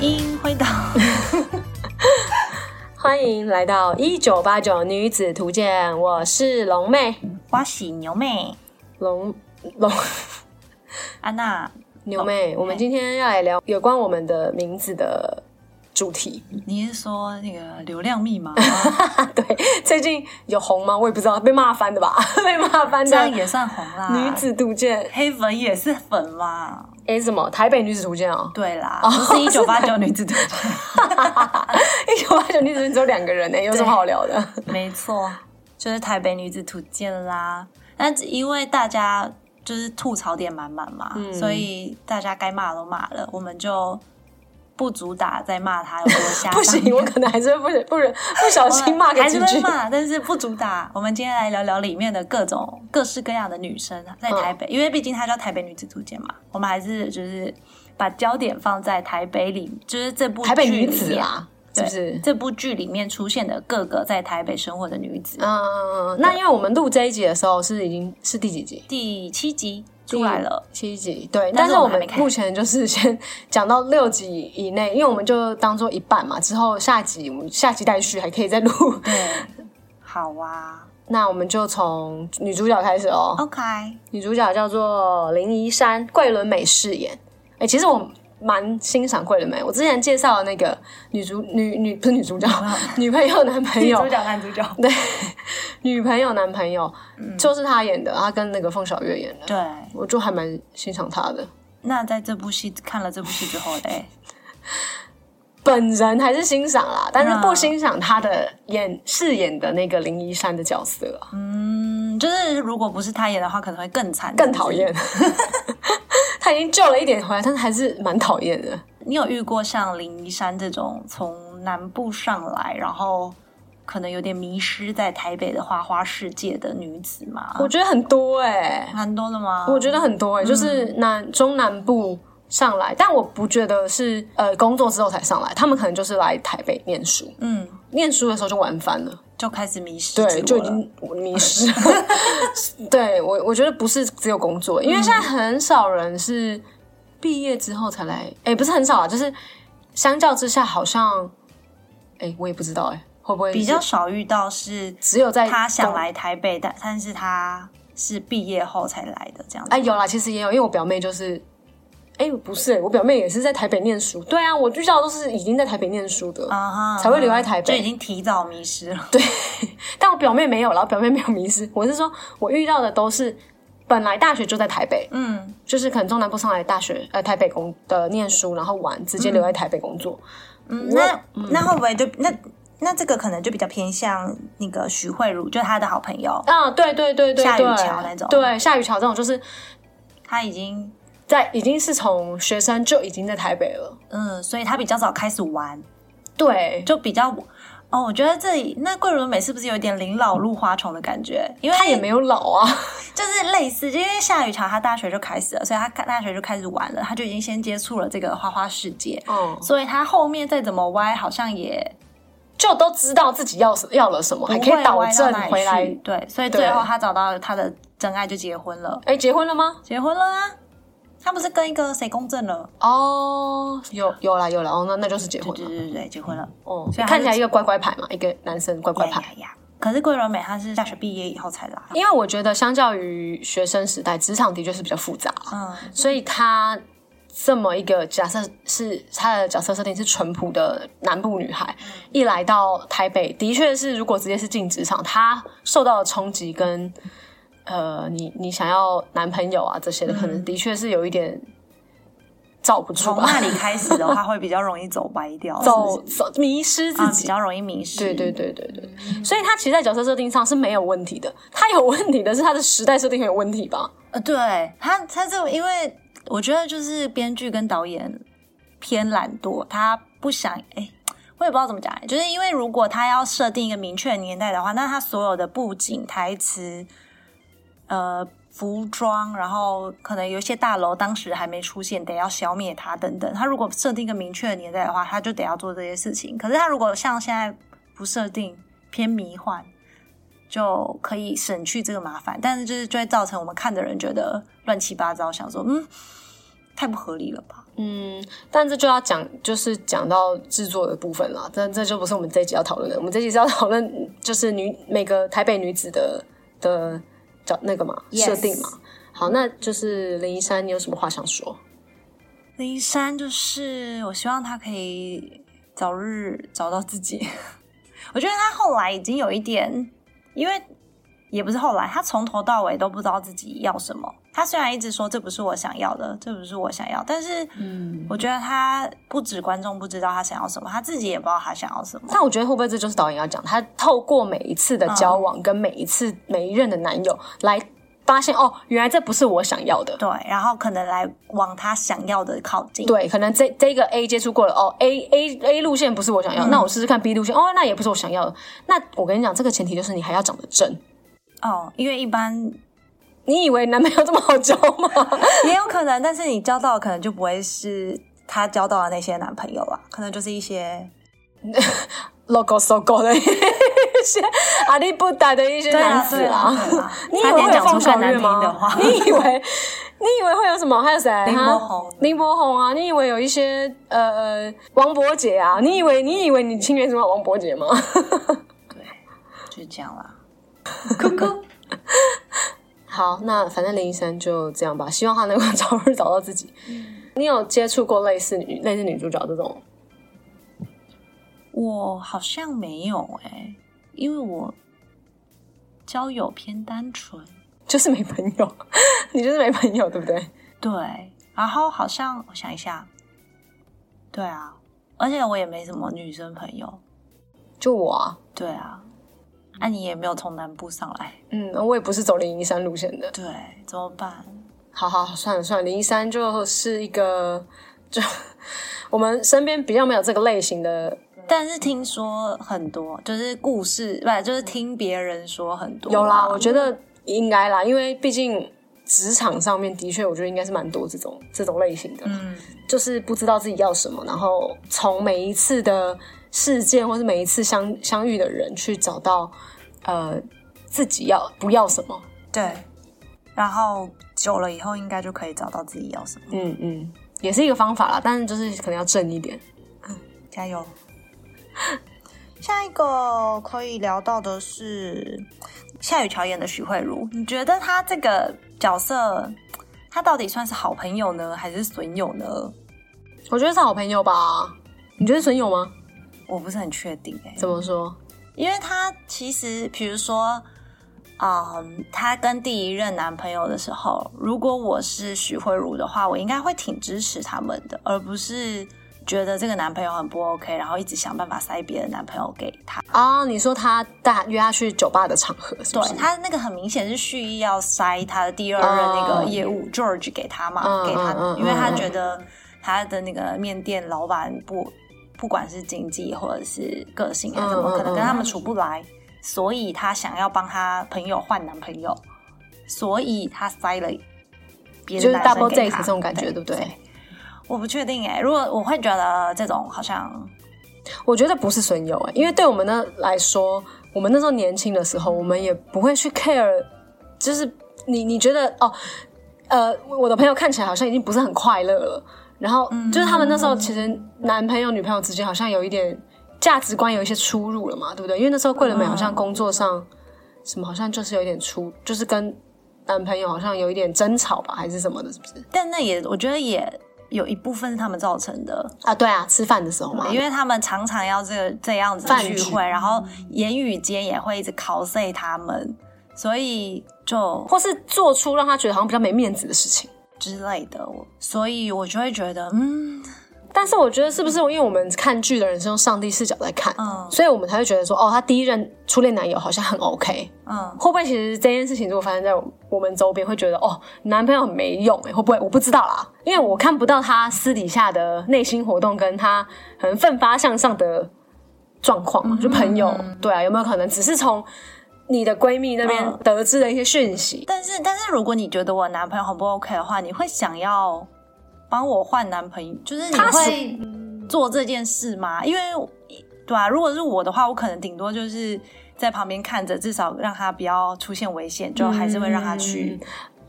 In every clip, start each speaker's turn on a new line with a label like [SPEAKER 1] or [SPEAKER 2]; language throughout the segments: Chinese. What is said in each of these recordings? [SPEAKER 1] 音挥导，
[SPEAKER 2] 欢迎来到一九八九女子图鉴，我是龙妹，
[SPEAKER 1] 花喜牛妹，
[SPEAKER 2] 龙龙
[SPEAKER 1] 安娜，
[SPEAKER 2] 牛
[SPEAKER 1] 哦
[SPEAKER 2] 妹。我们今天要来聊有关我们的名字的主题。
[SPEAKER 1] 哎你是说那个流量密码吗？
[SPEAKER 2] 对，最近有红吗？我也不知道，被骂翻的吧？ 被骂翻
[SPEAKER 1] 这样
[SPEAKER 2] 的
[SPEAKER 1] 也啊算红啦？
[SPEAKER 2] 女子图鉴，
[SPEAKER 1] 黑粉也是粉啦，
[SPEAKER 2] 哎，什么台北女子图鉴哦？
[SPEAKER 1] 对啦，不是一九八九女子图鉴，
[SPEAKER 2] 一九八九女子图鉴只有两个人呢，有什么好聊的？。
[SPEAKER 1] 没错，就是台北女子图鉴啦。那因为大家就是吐槽点满满嘛，所以大家该骂都骂了，我们就不主打再骂他有多瞎
[SPEAKER 2] 不行，我可能还是会不忍不忍不小 心骂个
[SPEAKER 1] 还
[SPEAKER 2] 几
[SPEAKER 1] 是
[SPEAKER 2] 句
[SPEAKER 1] 会。骂，但是不主打。我们今天来聊聊里面的各种各式各样的女生啊在
[SPEAKER 2] 嗯
[SPEAKER 1] 台北，因为毕竟它叫台北女子图鉴嘛，我们还是就是把焦点放在台北里，就是这部
[SPEAKER 2] 台北
[SPEAKER 1] 剧里
[SPEAKER 2] 女子
[SPEAKER 1] 面，
[SPEAKER 2] 啊，是
[SPEAKER 1] 对
[SPEAKER 2] 不是？
[SPEAKER 1] 这部剧里面出现的各个在台北生活的女子。
[SPEAKER 2] 嗯，那因为我们录这一集的时候是已经是第几集？
[SPEAKER 1] 第七集出来了，
[SPEAKER 2] 七集，对，但
[SPEAKER 1] 但
[SPEAKER 2] 是
[SPEAKER 1] 是
[SPEAKER 2] 我
[SPEAKER 1] 我们还
[SPEAKER 2] 们
[SPEAKER 1] 没看
[SPEAKER 2] 目前就是先讲到六集以内，因为我们就当做一半嘛，之后下集我们下集待续还可以再录。
[SPEAKER 1] 对，好啊
[SPEAKER 2] 那我们就从女主角开始哦，
[SPEAKER 1] ，OK，
[SPEAKER 2] 女主角叫做林怡珊，桂纶镁饰演。哎、其实我蛮欣赏桂纶镁，我之前介绍的那个女主女女不是女主 角，女朋友男朋
[SPEAKER 1] 啊女
[SPEAKER 2] 友
[SPEAKER 1] 主，角男主 角，
[SPEAKER 2] 对，女朋友男朋友、
[SPEAKER 1] 嗯
[SPEAKER 2] 就是她演的，她跟那个凤小岳演的，
[SPEAKER 1] 对。
[SPEAKER 2] 我就还蛮欣赏她的。
[SPEAKER 1] 那在这部戏看了这部戏之后哎嘞，
[SPEAKER 2] 本人还是欣赏啦，但是不
[SPEAKER 1] 嗯
[SPEAKER 2] 欣赏她的演饰演的那个林一山的角色啊，
[SPEAKER 1] 嗯，就是如果不是他演的话，可能会更惨，
[SPEAKER 2] 更
[SPEAKER 1] 是不是
[SPEAKER 2] 讨。厌。 他已经救了一点回来，但是还是蛮讨厌的。
[SPEAKER 1] 你有遇过像林一山这种从南部上来，然后可能有点迷失在台北的花花世界的女子吗？
[SPEAKER 2] 我觉得很多哎、
[SPEAKER 1] 蛮多的吗？
[SPEAKER 2] 我觉得很
[SPEAKER 1] 嗯
[SPEAKER 2] 多哎、就是南、中南部上来，但我不觉得是呃工作之后才上来，他们可能就是来台北念书，
[SPEAKER 1] 嗯，
[SPEAKER 2] 念书的时候就玩翻了，
[SPEAKER 1] 就开始迷失自我
[SPEAKER 2] 对，
[SPEAKER 1] 了，嗯
[SPEAKER 2] 就已经迷失了。 对我，我觉得不是只有工作，因为
[SPEAKER 1] 嗯
[SPEAKER 2] 现在很少人是毕业之后才来，哎、不是很少啊，就是相较之下，好像，哎、我也不知道哎、会不会
[SPEAKER 1] 比较
[SPEAKER 2] 是
[SPEAKER 1] 少遇到是
[SPEAKER 2] 只有在
[SPEAKER 1] 他想
[SPEAKER 2] 工
[SPEAKER 1] 来台北，但但是他是毕业后才来的这样子。
[SPEAKER 2] 哎，有啦，其实也有，因为我表妹就是，哎、不是、我表妹也是在台北念书。对啊，我遇到都是已经在台北念书的，
[SPEAKER 1] 啊哈，
[SPEAKER 2] 才会留在台北
[SPEAKER 1] 就已经提早迷失了。
[SPEAKER 2] 对。但我表妹没有啦，我表妹没有迷失。我是说，我遇到的都是本来大学就在台北，
[SPEAKER 1] 嗯，
[SPEAKER 2] 就是可能中南部上来大学，呃，台北工的念书，然后玩，直接留在台北工作。
[SPEAKER 1] 嗯那那会不会就那那这个可能就比较偏向那个徐慧茹，就她的好朋友，
[SPEAKER 2] 啊，对对对对对，
[SPEAKER 1] 夏雨乔那种
[SPEAKER 2] 对，夏雨乔这种就是
[SPEAKER 1] 她已经
[SPEAKER 2] 在已经是从学生就已经在台北了。
[SPEAKER 1] 嗯，所以她比较早开始玩，
[SPEAKER 2] 对，
[SPEAKER 1] 就比较哦，我觉得这里那桂纶镁是不是有点临老入花丛的感觉？因为
[SPEAKER 2] 她也没有老啊。
[SPEAKER 1] 就是类似，就因为夏雨乔她大学就开始了，所以她大学就开始玩了，她就已经先接触了这个花花世界，
[SPEAKER 2] 嗯，
[SPEAKER 1] 所以她后面再怎么歪，好像也
[SPEAKER 2] 就都知道自己要什要了什么，还
[SPEAKER 1] 不
[SPEAKER 2] 可以
[SPEAKER 1] 会
[SPEAKER 2] 导
[SPEAKER 1] 歪到
[SPEAKER 2] 正
[SPEAKER 1] 哪里
[SPEAKER 2] 回来
[SPEAKER 1] 去。对，所以
[SPEAKER 2] 对
[SPEAKER 1] 最后她找到她的真爱就结婚了，
[SPEAKER 2] 哎，结婚了吗？
[SPEAKER 1] 结婚了啊！她不是跟一个谁公证了？
[SPEAKER 2] 哦，有有啦有啦，哦，那那就是结婚
[SPEAKER 1] 对
[SPEAKER 2] 了。
[SPEAKER 1] 对对对，结婚了。
[SPEAKER 2] 哦，
[SPEAKER 1] 所以他
[SPEAKER 2] 看
[SPEAKER 1] 就
[SPEAKER 2] 起来一个乖乖牌嘛，一个男生乖乖
[SPEAKER 1] 呀
[SPEAKER 2] 牌。
[SPEAKER 1] 呀呀！可是桂纶镁她是大学毕业以后才 来，
[SPEAKER 2] 因为我觉得，相较于学生时代，职场的确是比较复杂，
[SPEAKER 1] 嗯，
[SPEAKER 2] 所以他这么一个假设是他的角色设定是淳朴的南部女孩，一来到台北，的确是如果直接是进职场，她受到的冲击跟呃，你你想要男朋友啊这些的，可
[SPEAKER 1] 嗯
[SPEAKER 2] 能的确是有一点罩不住
[SPEAKER 1] 从
[SPEAKER 2] 吧，
[SPEAKER 1] 那里开始的话，会比较容易走歪掉，是
[SPEAKER 2] 走
[SPEAKER 1] 不是
[SPEAKER 2] 走迷失自
[SPEAKER 1] 啊，比
[SPEAKER 2] 己。
[SPEAKER 1] 较容易迷失。
[SPEAKER 2] 对对对对对，所以他其实，在角色设定上是没有问题的。他有问题的是他的时代设定很有问题吧？
[SPEAKER 1] 呃，对他，他就因为我觉得就是编剧跟导演偏懒惰，他不想哎。我也不知道怎么讲，就是因为如果他要设定一个明确的年代的话，那他所有的布景、台词、呃、服装，然后可能有一些大楼当时还没出现，得要消灭它等等。他如果设定一个明确的年代的话，他就得要做这些事情。可是他如果像现在不设定，偏迷幻，就可以省去这个麻烦，但是就是就会造成我们看的人觉得乱七八糟，想说嗯，太不合理了吧？
[SPEAKER 2] 嗯，但这就要讲，就是讲到制作的部分啦。但这就不是我们这一集要讨论的，我们这一集是要讨论就是女每个台北女子的的角那个嘛
[SPEAKER 1] Yes
[SPEAKER 2] 设定嘛。好，那就是林一山，你有什么话想说？
[SPEAKER 1] 林珊就是，我希望她可以早日找到自己。 我觉得她后来已经有一点，因为也不是后来，她从头到尾都不知道自己要什么。她虽然一直说这不是我想要的，这不是我想要，但是
[SPEAKER 2] 嗯，
[SPEAKER 1] 我觉得她不止观众不知道她想要什么，她自己也不知道她想要什么。
[SPEAKER 2] 但我觉得会不会这就是导演要讲，他透过每一次的交往跟每一次每一任的男友来发现，哦，原来这不是我想要的。
[SPEAKER 1] 对，然后可能来往她想要的靠近。
[SPEAKER 2] 对，可能这这个 A 接触过了，哦，A A A 路线不是我想要，那我试试看 B 路线，哦，那也不是我想要的。那我跟你讲，这个前提就是你还要长得正。
[SPEAKER 1] 哦，因为一般
[SPEAKER 2] 你以为男朋友这么好交吗？
[SPEAKER 1] 也有可能，但是你交到的可能就不会是她交到的那些男朋友啦，可能就是一些
[SPEAKER 2] logo 搜狗的一些阿力不达的一些
[SPEAKER 1] 对
[SPEAKER 2] 男
[SPEAKER 1] 啊，
[SPEAKER 2] 子
[SPEAKER 1] 对啊，对啊
[SPEAKER 2] 你以
[SPEAKER 1] 差
[SPEAKER 2] 为
[SPEAKER 1] 点
[SPEAKER 2] 会
[SPEAKER 1] 讲出
[SPEAKER 2] 有风
[SPEAKER 1] 更
[SPEAKER 2] 小
[SPEAKER 1] 难
[SPEAKER 2] 月
[SPEAKER 1] 听的
[SPEAKER 2] 吗
[SPEAKER 1] 话？
[SPEAKER 2] 你以为你以为会有什么？还有谁？啊
[SPEAKER 1] 林
[SPEAKER 2] 哈
[SPEAKER 1] 柏宏
[SPEAKER 2] 林柏宏啊！你以为有一些呃呃王伯杰啊？你以为你以为你亲眼什么王伯杰吗？
[SPEAKER 1] 就这样啦。
[SPEAKER 2] 好，那反正林医生就这样吧，希望他能够早日找到自己。
[SPEAKER 1] 嗯
[SPEAKER 2] 你有接触过类似女类似女主角这种？
[SPEAKER 1] 我好像没有哎、因为我交友偏单纯，
[SPEAKER 2] 就是没朋友， 你就是没朋友，对不对？
[SPEAKER 1] 对，然后好像我想一下，对啊，而且我也没什么女生朋友，
[SPEAKER 2] 就我啊，
[SPEAKER 1] 对啊，那、你也没有从南部上来，
[SPEAKER 2] 嗯，我也不是走林一山路线的。
[SPEAKER 1] 对，怎么办？
[SPEAKER 2] 好好，算了算了，林一山就是一个，就我们身边比较没有这个类型的，
[SPEAKER 1] 但是听说很多，就是故事，不就是听别人说很多，嗯
[SPEAKER 2] 有啦，我觉得应该啦，因为毕竟职场上面的确，我觉得应该是蛮多这种这种类型的，
[SPEAKER 1] 嗯，
[SPEAKER 2] 就是不知道自己要什么，然后从每一次的事件或是每一次相相遇的人去找到，呃，自己要不要什么，
[SPEAKER 1] 对，然后久了以后应该就可以找到自己要什么。
[SPEAKER 2] 嗯嗯，也是一个方法啦，但是就是可能要正一点。
[SPEAKER 1] 加油！ 下一个可以聊到的是夏雨乔演的许慧茹，你觉得她这个角色，她到底算是好朋友呢，还是损友呢？
[SPEAKER 2] 我觉得是好朋友吧，你觉得损友吗？
[SPEAKER 1] 我不是很确定哎、
[SPEAKER 2] 怎么说？
[SPEAKER 1] 因为她其实，比如说，嗯，她跟第一任男朋友的时候，如果我是许慧茹的话，我应该会挺支持他们的，而不是觉得这个男朋友很不 OK，然后一直想办法塞别的男朋友给她。
[SPEAKER 2] 啊，你说他带约他去酒吧的场合是不是？
[SPEAKER 1] 对他那个很明显是蓄意要塞他的第二任那个业务 George 给他嘛，
[SPEAKER 2] 哦嗯
[SPEAKER 1] 给他
[SPEAKER 2] 嗯嗯，
[SPEAKER 1] 因为他觉得他的那个面店老板不不管是经济或者是个性啊什么，
[SPEAKER 2] 嗯嗯
[SPEAKER 1] 可能跟
[SPEAKER 2] 嗯
[SPEAKER 1] 他们处不来，所以他想要帮他朋友换男朋友，所以他塞了别
[SPEAKER 2] 就
[SPEAKER 1] 的
[SPEAKER 2] 是
[SPEAKER 1] 男生
[SPEAKER 2] double
[SPEAKER 1] 给
[SPEAKER 2] date
[SPEAKER 1] 他
[SPEAKER 2] 这种感觉，对不对？
[SPEAKER 1] 我不确定哎、如果我会觉得这种好像
[SPEAKER 2] 我觉得不是损友哎、因为对我们那来说，我们那时候年轻的时候，我们也不会去 care，就是你你觉得哦，呃，我的朋友看起来好像已经不是很快乐了，然后就是他们那时候其实男朋友女朋友之间好像有一点价值观有一些出入了嘛，对不对？因为那时候桂纶镁好像工作上什么好像就是有一点出，就是跟男朋友好像有一点争吵吧，还是什么的，是不是？
[SPEAKER 1] 但那也我觉得也有一部分是他们造成的，
[SPEAKER 2] 啊，对啊，吃饭的时候嘛，
[SPEAKER 1] 因为他们常常要这个这样子
[SPEAKER 2] 饭
[SPEAKER 1] 聚
[SPEAKER 2] 局嗯
[SPEAKER 1] 会，然后言语间也会一直 cos 他们，所以就
[SPEAKER 2] 或是做出让他觉得好像比较没面子的事情。
[SPEAKER 1] 之类的，我所以我就会觉得，嗯，
[SPEAKER 2] 但是我觉得是不是因为我们看剧的人是用上帝视角在看，
[SPEAKER 1] 嗯
[SPEAKER 2] 所以我们才会觉得说，哦，他第一任初恋男友好像很 OK，
[SPEAKER 1] 嗯，
[SPEAKER 2] 会不会其实这件事情如果发生在我我们周边，会觉得哦，男朋友很没用、欸，会不会？我不知道啦，因为我看不到他私底下的内心活动，跟他很奋发向上的状况
[SPEAKER 1] 嗯
[SPEAKER 2] 嘛，就朋友，对啊，有没有可能只是从你的闺蜜那边
[SPEAKER 1] 嗯
[SPEAKER 2] 得知的一些讯息？
[SPEAKER 1] 但是但是如果你觉得我男朋友很不 OK 的话，你会想要帮我换男朋友，就是你
[SPEAKER 2] 他是
[SPEAKER 1] 会做这件事吗？因为对啊，如果是我的话，我可能顶多就是在旁边看着，至少让他不要出
[SPEAKER 2] 嗯
[SPEAKER 1] 现危险，就还是会让他去。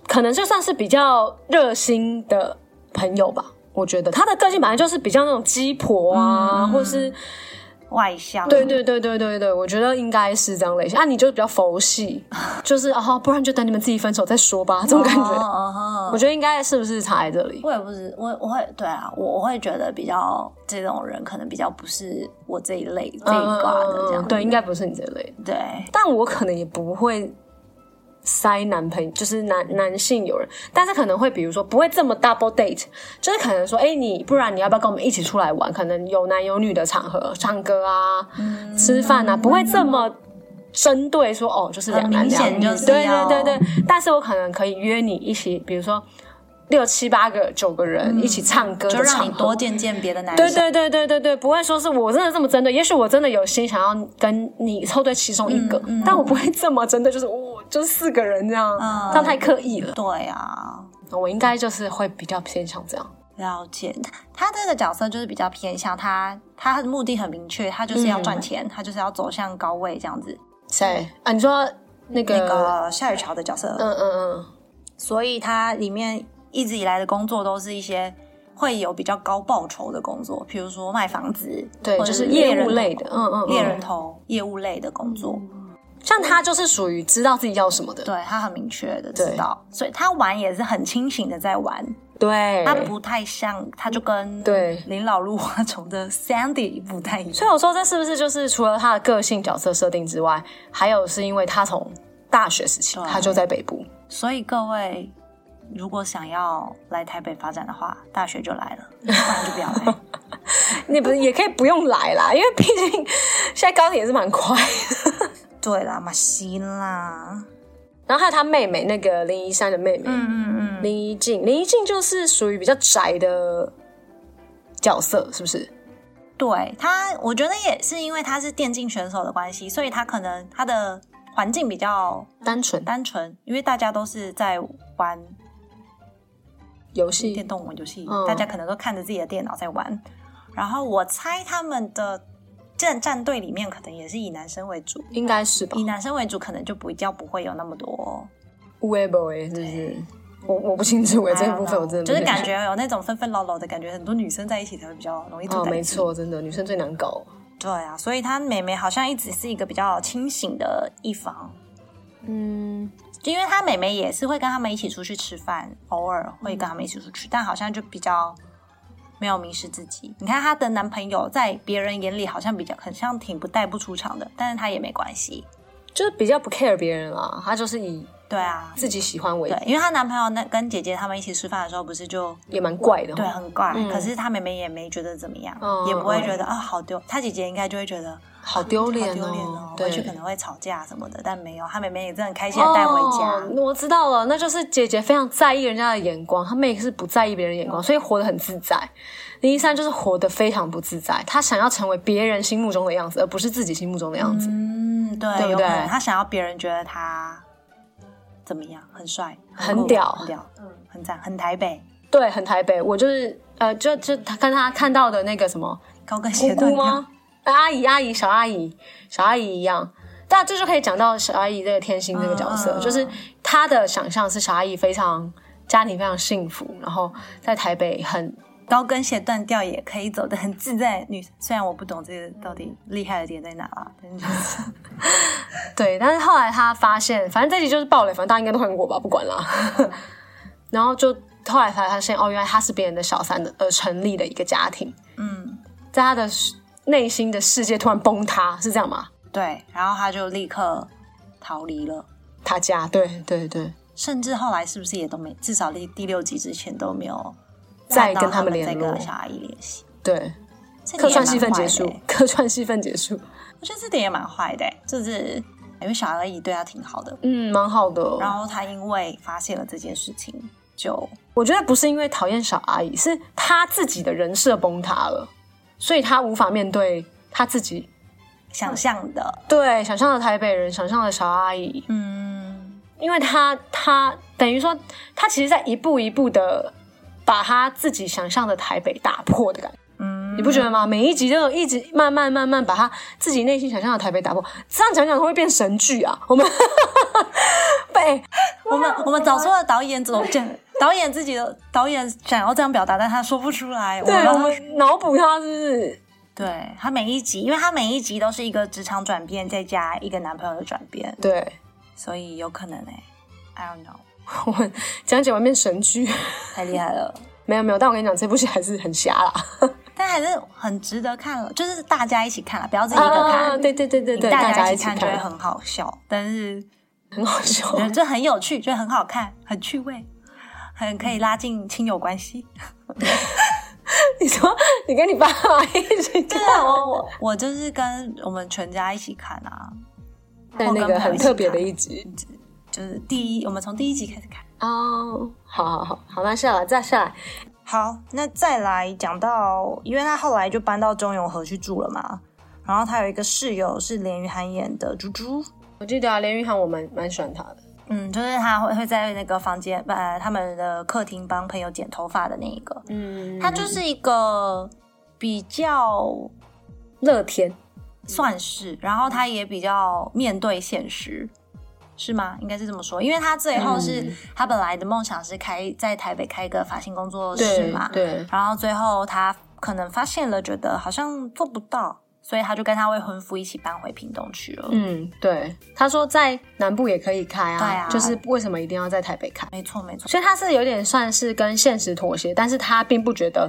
[SPEAKER 2] 可能就算是比较热心的朋友吧。我觉得他的个性本来就是比较那种鸡婆啊，
[SPEAKER 1] 嗯
[SPEAKER 2] 或是
[SPEAKER 1] 外向，
[SPEAKER 2] 对对对对对对，我觉得应该是这样类型啊。你就是比较 佛系，就是啊，不然就等你们自己分手再说吧，这种感
[SPEAKER 1] 哦
[SPEAKER 2] 觉。
[SPEAKER 1] 哦哦
[SPEAKER 2] 我觉得应该是不是差在这里？
[SPEAKER 1] 我也不是，我我会对啊，我我会觉得比较这种人可能比较不是我这一类这一挂的这样子，
[SPEAKER 2] 嗯对，应该不是你这类的。
[SPEAKER 1] 对，
[SPEAKER 2] 但我可能也不会塞男朋友，就是男男性友人，但是可能会比如说不会这么 double date，就是可能说，哎、你不然你要不要跟我们一起出来玩？可能有男有女的场合，唱歌啊、
[SPEAKER 1] 嗯
[SPEAKER 2] 吃饭啊，不会这么。针对说哦，就是两男
[SPEAKER 1] 很明
[SPEAKER 2] 两
[SPEAKER 1] 显
[SPEAKER 2] 女，
[SPEAKER 1] 就是
[SPEAKER 2] 对
[SPEAKER 1] 要
[SPEAKER 2] 对对对。但是我可能可以约你一起，比如说六七八个、九个人一起唱歌
[SPEAKER 1] 嗯
[SPEAKER 2] 的
[SPEAKER 1] 就
[SPEAKER 2] 场合，
[SPEAKER 1] 让你多见见别的男生，
[SPEAKER 2] 对对对对对对，不会说是我真的这么针对，也许我真的有心想要跟你凑对其中一个，但我不会这么针对，就是我就是四个人这样，
[SPEAKER 1] 嗯
[SPEAKER 2] 这样太刻意了。
[SPEAKER 1] 对啊，
[SPEAKER 2] 我应该就是会比较偏向这样，
[SPEAKER 1] 了解，他他这个角色就是比较偏向他，他的目的很明确，他就是要赚钱，他就是要走向高位这样子。
[SPEAKER 2] 谁啊？你说那个，
[SPEAKER 1] 那个夏雨乔的角色，
[SPEAKER 2] 嗯嗯嗯，
[SPEAKER 1] 所以他里面一直以来的工作都是一些会有比较高报酬的工作，比如说卖房子，
[SPEAKER 2] 对，
[SPEAKER 1] 或
[SPEAKER 2] 就
[SPEAKER 1] 者
[SPEAKER 2] 是
[SPEAKER 1] 猎
[SPEAKER 2] 业
[SPEAKER 1] 人
[SPEAKER 2] 务
[SPEAKER 1] 头
[SPEAKER 2] 类的，嗯嗯，嗯
[SPEAKER 1] 猎人。头业务类的工作。
[SPEAKER 2] 像他就是属于知道自己要什么的，
[SPEAKER 1] 对他很明确的
[SPEAKER 2] 对
[SPEAKER 1] 知道，所以他玩也是很清醒的在玩，
[SPEAKER 2] 对，
[SPEAKER 1] 他不太像，他就跟
[SPEAKER 2] 对
[SPEAKER 1] 林老入花丛的 Sandy 不太一样。
[SPEAKER 2] 所以我说，这是不是就是除了他的个性角色设定之外，还有是因为他从大学时期
[SPEAKER 1] 对
[SPEAKER 2] 他就在北部，
[SPEAKER 1] 所以各位，如果想要来台北发展的话，大学就来了，不然就不要来。
[SPEAKER 2] 你不是也可以不用来啦，因为毕竟现在高铁也是蛮快。
[SPEAKER 1] 对啦，马西啦，
[SPEAKER 2] 然后还有他妹妹那个林一山的妹妹、
[SPEAKER 1] 嗯嗯嗯，
[SPEAKER 2] 林一静，林一静就是属于比较宅的角色，是不是？
[SPEAKER 1] 对他，我觉得也是因为他是电竞选手的关系，所以他可能他的环境比较
[SPEAKER 2] 单纯
[SPEAKER 1] 单纯，因为大家都是在玩
[SPEAKER 2] 游戏
[SPEAKER 1] 电动玩游戏，
[SPEAKER 2] 嗯
[SPEAKER 1] 大家可能都看着自己的电脑在玩。然后我猜他们的战战队里面可能也是以男生为主，
[SPEAKER 2] 应该是吧
[SPEAKER 1] 以男生为主可能就比较不会有那么多
[SPEAKER 2] w e b o 是不是？我我不清楚哎，这个部分我真的不
[SPEAKER 1] 就是
[SPEAKER 2] 清楚
[SPEAKER 1] 感觉有那种纷纷扰扰的感觉，很多女生在一起才会比较容易
[SPEAKER 2] 哦，
[SPEAKER 1] 吐
[SPEAKER 2] 没
[SPEAKER 1] 在
[SPEAKER 2] 错，真的女生最难搞。
[SPEAKER 1] 对啊，所以她妹妹好像一直是一个比较清醒的一方，
[SPEAKER 2] 嗯，
[SPEAKER 1] 就因为她妹妹也是会跟他们一起出去吃饭，偶尔会跟他们一起出去，但好像就比较没有迷失自己。你看她的男朋友在别人眼里好像比较很像挺不带不出场的，但是她也没关系。
[SPEAKER 2] 就是比较不 care 别人啦，她就是以
[SPEAKER 1] 对啊，
[SPEAKER 2] 自己喜欢为主
[SPEAKER 1] 对，，因为她男朋友那跟姐姐他们一起吃饭的时候，不是就
[SPEAKER 2] 也蛮怪的。
[SPEAKER 1] 对，，很怪。可是她妹妹也没觉得怎么样，
[SPEAKER 2] 嗯
[SPEAKER 1] 也不会觉得啊、好丢。她姐姐应该就会觉得
[SPEAKER 2] 好丢
[SPEAKER 1] 好
[SPEAKER 2] 脸
[SPEAKER 1] 丢脸
[SPEAKER 2] 哦
[SPEAKER 1] 哦，，
[SPEAKER 2] 对
[SPEAKER 1] 回去可能会吵架什么的，但没有，她妹妹也是很开心的带回家。
[SPEAKER 2] 哦我知道了，那就是姐姐非常在意人家的眼光，她妹是不在意别人眼
[SPEAKER 1] 嗯
[SPEAKER 2] 光，所以活得很自在。林一山就是活得非常不自在，她想要成为别人心目中的样子，而不是自己心目中的样子。
[SPEAKER 1] 嗯，对，
[SPEAKER 2] 对不
[SPEAKER 1] 有
[SPEAKER 2] 对
[SPEAKER 1] 可能她想要别人觉得她怎么样，很帅，
[SPEAKER 2] 很
[SPEAKER 1] 酷
[SPEAKER 2] 屌
[SPEAKER 1] 很屌，很赞，很台北，
[SPEAKER 2] 对，很台北，我就是呃，就就她跟她看到的那个什么
[SPEAKER 1] 高跟
[SPEAKER 2] 姑
[SPEAKER 1] 鞋断
[SPEAKER 2] 姑
[SPEAKER 1] 掉。
[SPEAKER 2] 吗？呃阿姨，阿姨，小阿姨，小阿姨一样。但这就可以讲到小阿姨这个天心这个角色，
[SPEAKER 1] 嗯嗯嗯
[SPEAKER 2] 就是她的想象是小阿姨非常家庭非常幸福，然后在台北很
[SPEAKER 1] 高跟鞋断掉也可以走得很自在，女虽然我不懂这个到底厉害的点在哪啦，但是就是
[SPEAKER 2] 对，但是后来他发现，反正这集就是暴雷，反正大家应该都看过吧，不管啦。 然后就后来才发现，哦，原来他是别人的小三的，而成立的一个家庭，
[SPEAKER 1] 嗯，
[SPEAKER 2] 在他的内心的世界突然崩塌，是这样吗？
[SPEAKER 1] 对，然后她就立刻逃离了。
[SPEAKER 2] 他家，对对对，
[SPEAKER 1] 甚至后来是不是也都没，至少第第六集之前都没有
[SPEAKER 2] 再
[SPEAKER 1] 看
[SPEAKER 2] 跟
[SPEAKER 1] 到
[SPEAKER 2] 他
[SPEAKER 1] 他
[SPEAKER 2] 们
[SPEAKER 1] 们
[SPEAKER 2] 联络
[SPEAKER 1] 再跟小阿姨联系。
[SPEAKER 2] 对，
[SPEAKER 1] 这点
[SPEAKER 2] 客
[SPEAKER 1] 也
[SPEAKER 2] 串
[SPEAKER 1] 蛮
[SPEAKER 2] 戏份
[SPEAKER 1] 坏
[SPEAKER 2] 结
[SPEAKER 1] 的
[SPEAKER 2] 束
[SPEAKER 1] 欸，
[SPEAKER 2] 客串戏份结束，
[SPEAKER 1] 我觉得这点也蛮坏的欸、就是因为小阿姨对她挺好的，
[SPEAKER 2] 嗯，蛮好的。
[SPEAKER 1] 然后她因为发现了这件事情，就
[SPEAKER 2] 我觉得不是因为讨厌小阿姨，是他自己的人设崩塌了，所以他无法面对他自己。
[SPEAKER 1] 想象的，
[SPEAKER 2] 对，想象的台北人，想象的小阿姨，
[SPEAKER 1] 嗯，
[SPEAKER 2] 因为他他等于说他其实在一步一步的把他自己想象的台北打破的感觉，嗯，你不觉得吗？每一集都有一直慢慢慢慢把他自己内心想象的台北打破，这样讲讲会不会变神剧啊！我们 被
[SPEAKER 1] 我们我们找出了导演怎么见导演自己的导演想要这样表达，但他说不出来。
[SPEAKER 2] 对，
[SPEAKER 1] 让他
[SPEAKER 2] 我们脑补他就是
[SPEAKER 1] 对他每一集，因为他每一集都是一个职场转变，再加一个男朋友的转变，
[SPEAKER 2] 对。
[SPEAKER 1] 所以有可能哎、i don't know，
[SPEAKER 2] 我讲解完变神剧，
[SPEAKER 1] 太厉害了。
[SPEAKER 2] 没有没有，但我跟你讲，这部戏还是很瞎啦，
[SPEAKER 1] 但还是很值得看了，就是大家一起看了，不要自己一个看。
[SPEAKER 2] 啊对对对对
[SPEAKER 1] 你
[SPEAKER 2] 对，
[SPEAKER 1] 大
[SPEAKER 2] 家
[SPEAKER 1] 一
[SPEAKER 2] 起
[SPEAKER 1] 起看就会很好笑，但是
[SPEAKER 2] 很好笑。
[SPEAKER 1] 我觉得这很有趣，就很好看，很趣味，很可以拉近亲友关系。
[SPEAKER 2] 你说你跟你爸妈一起看
[SPEAKER 1] 对，啊，我我 我就是跟我们全家一起看啊，
[SPEAKER 2] 对那个很特别的一集
[SPEAKER 1] 就是第一，我们从第一集开始看。
[SPEAKER 2] 哦，好好好好，那下来再下来，
[SPEAKER 1] 好，那再来讲到，因为他后来就搬到中永和去住了嘛，然后他有一个室友是连俞涵演的猪猪，
[SPEAKER 2] 我记得啊，连玉涵我蛮蛮喜欢他的，
[SPEAKER 1] 嗯，就是他会会在那个房间，呃，他们的客厅帮朋友剪头发的那一个，
[SPEAKER 2] 嗯，
[SPEAKER 1] 他就是一个比较
[SPEAKER 2] 乐天，
[SPEAKER 1] 算是，然后他也比较面对现实，是吗？应该是这么说，因为他最后是、
[SPEAKER 2] 嗯
[SPEAKER 1] 他本来的梦想是开在台北开一个发型工作室
[SPEAKER 2] 对
[SPEAKER 1] 嘛，
[SPEAKER 2] 对，
[SPEAKER 1] 然后最后他可能发现了，觉得好像做不到，所以他就跟他未婚夫一起搬回屏东去了。
[SPEAKER 2] 嗯对，他说在南部也可以开啊，
[SPEAKER 1] 对啊
[SPEAKER 2] 就是为什么一定要在台北开？
[SPEAKER 1] 没错，没错，
[SPEAKER 2] 所以他是有点算是跟现实妥协，但是他并不觉得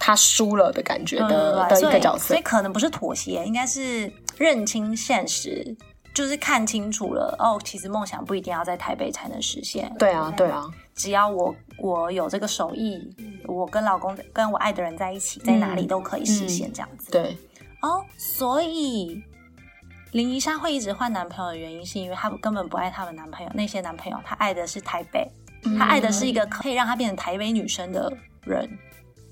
[SPEAKER 2] 他输了的感觉
[SPEAKER 1] 对
[SPEAKER 2] 的
[SPEAKER 1] 对
[SPEAKER 2] 的
[SPEAKER 1] 对，
[SPEAKER 2] 一
[SPEAKER 1] 所
[SPEAKER 2] 个
[SPEAKER 1] 以
[SPEAKER 2] 角
[SPEAKER 1] 所
[SPEAKER 2] 色
[SPEAKER 1] 以。可能不是妥协，应该是认清现实，就是看清楚了哦，其实梦想不一定要在台北才能实现，
[SPEAKER 2] 对啊，对啊，
[SPEAKER 1] 只要我我有这个手艺，
[SPEAKER 2] 嗯
[SPEAKER 1] 我跟老公跟我爱的人在一起，在哪里都可以实现这样子。
[SPEAKER 2] 嗯对，
[SPEAKER 1] 哦，所以林怡莎会一直换男朋友的原因，是因为她根本不爱她的男朋友，那些男朋友她爱的是台北，
[SPEAKER 2] 嗯
[SPEAKER 1] 她爱的是一个可以让她变成台北女生的人。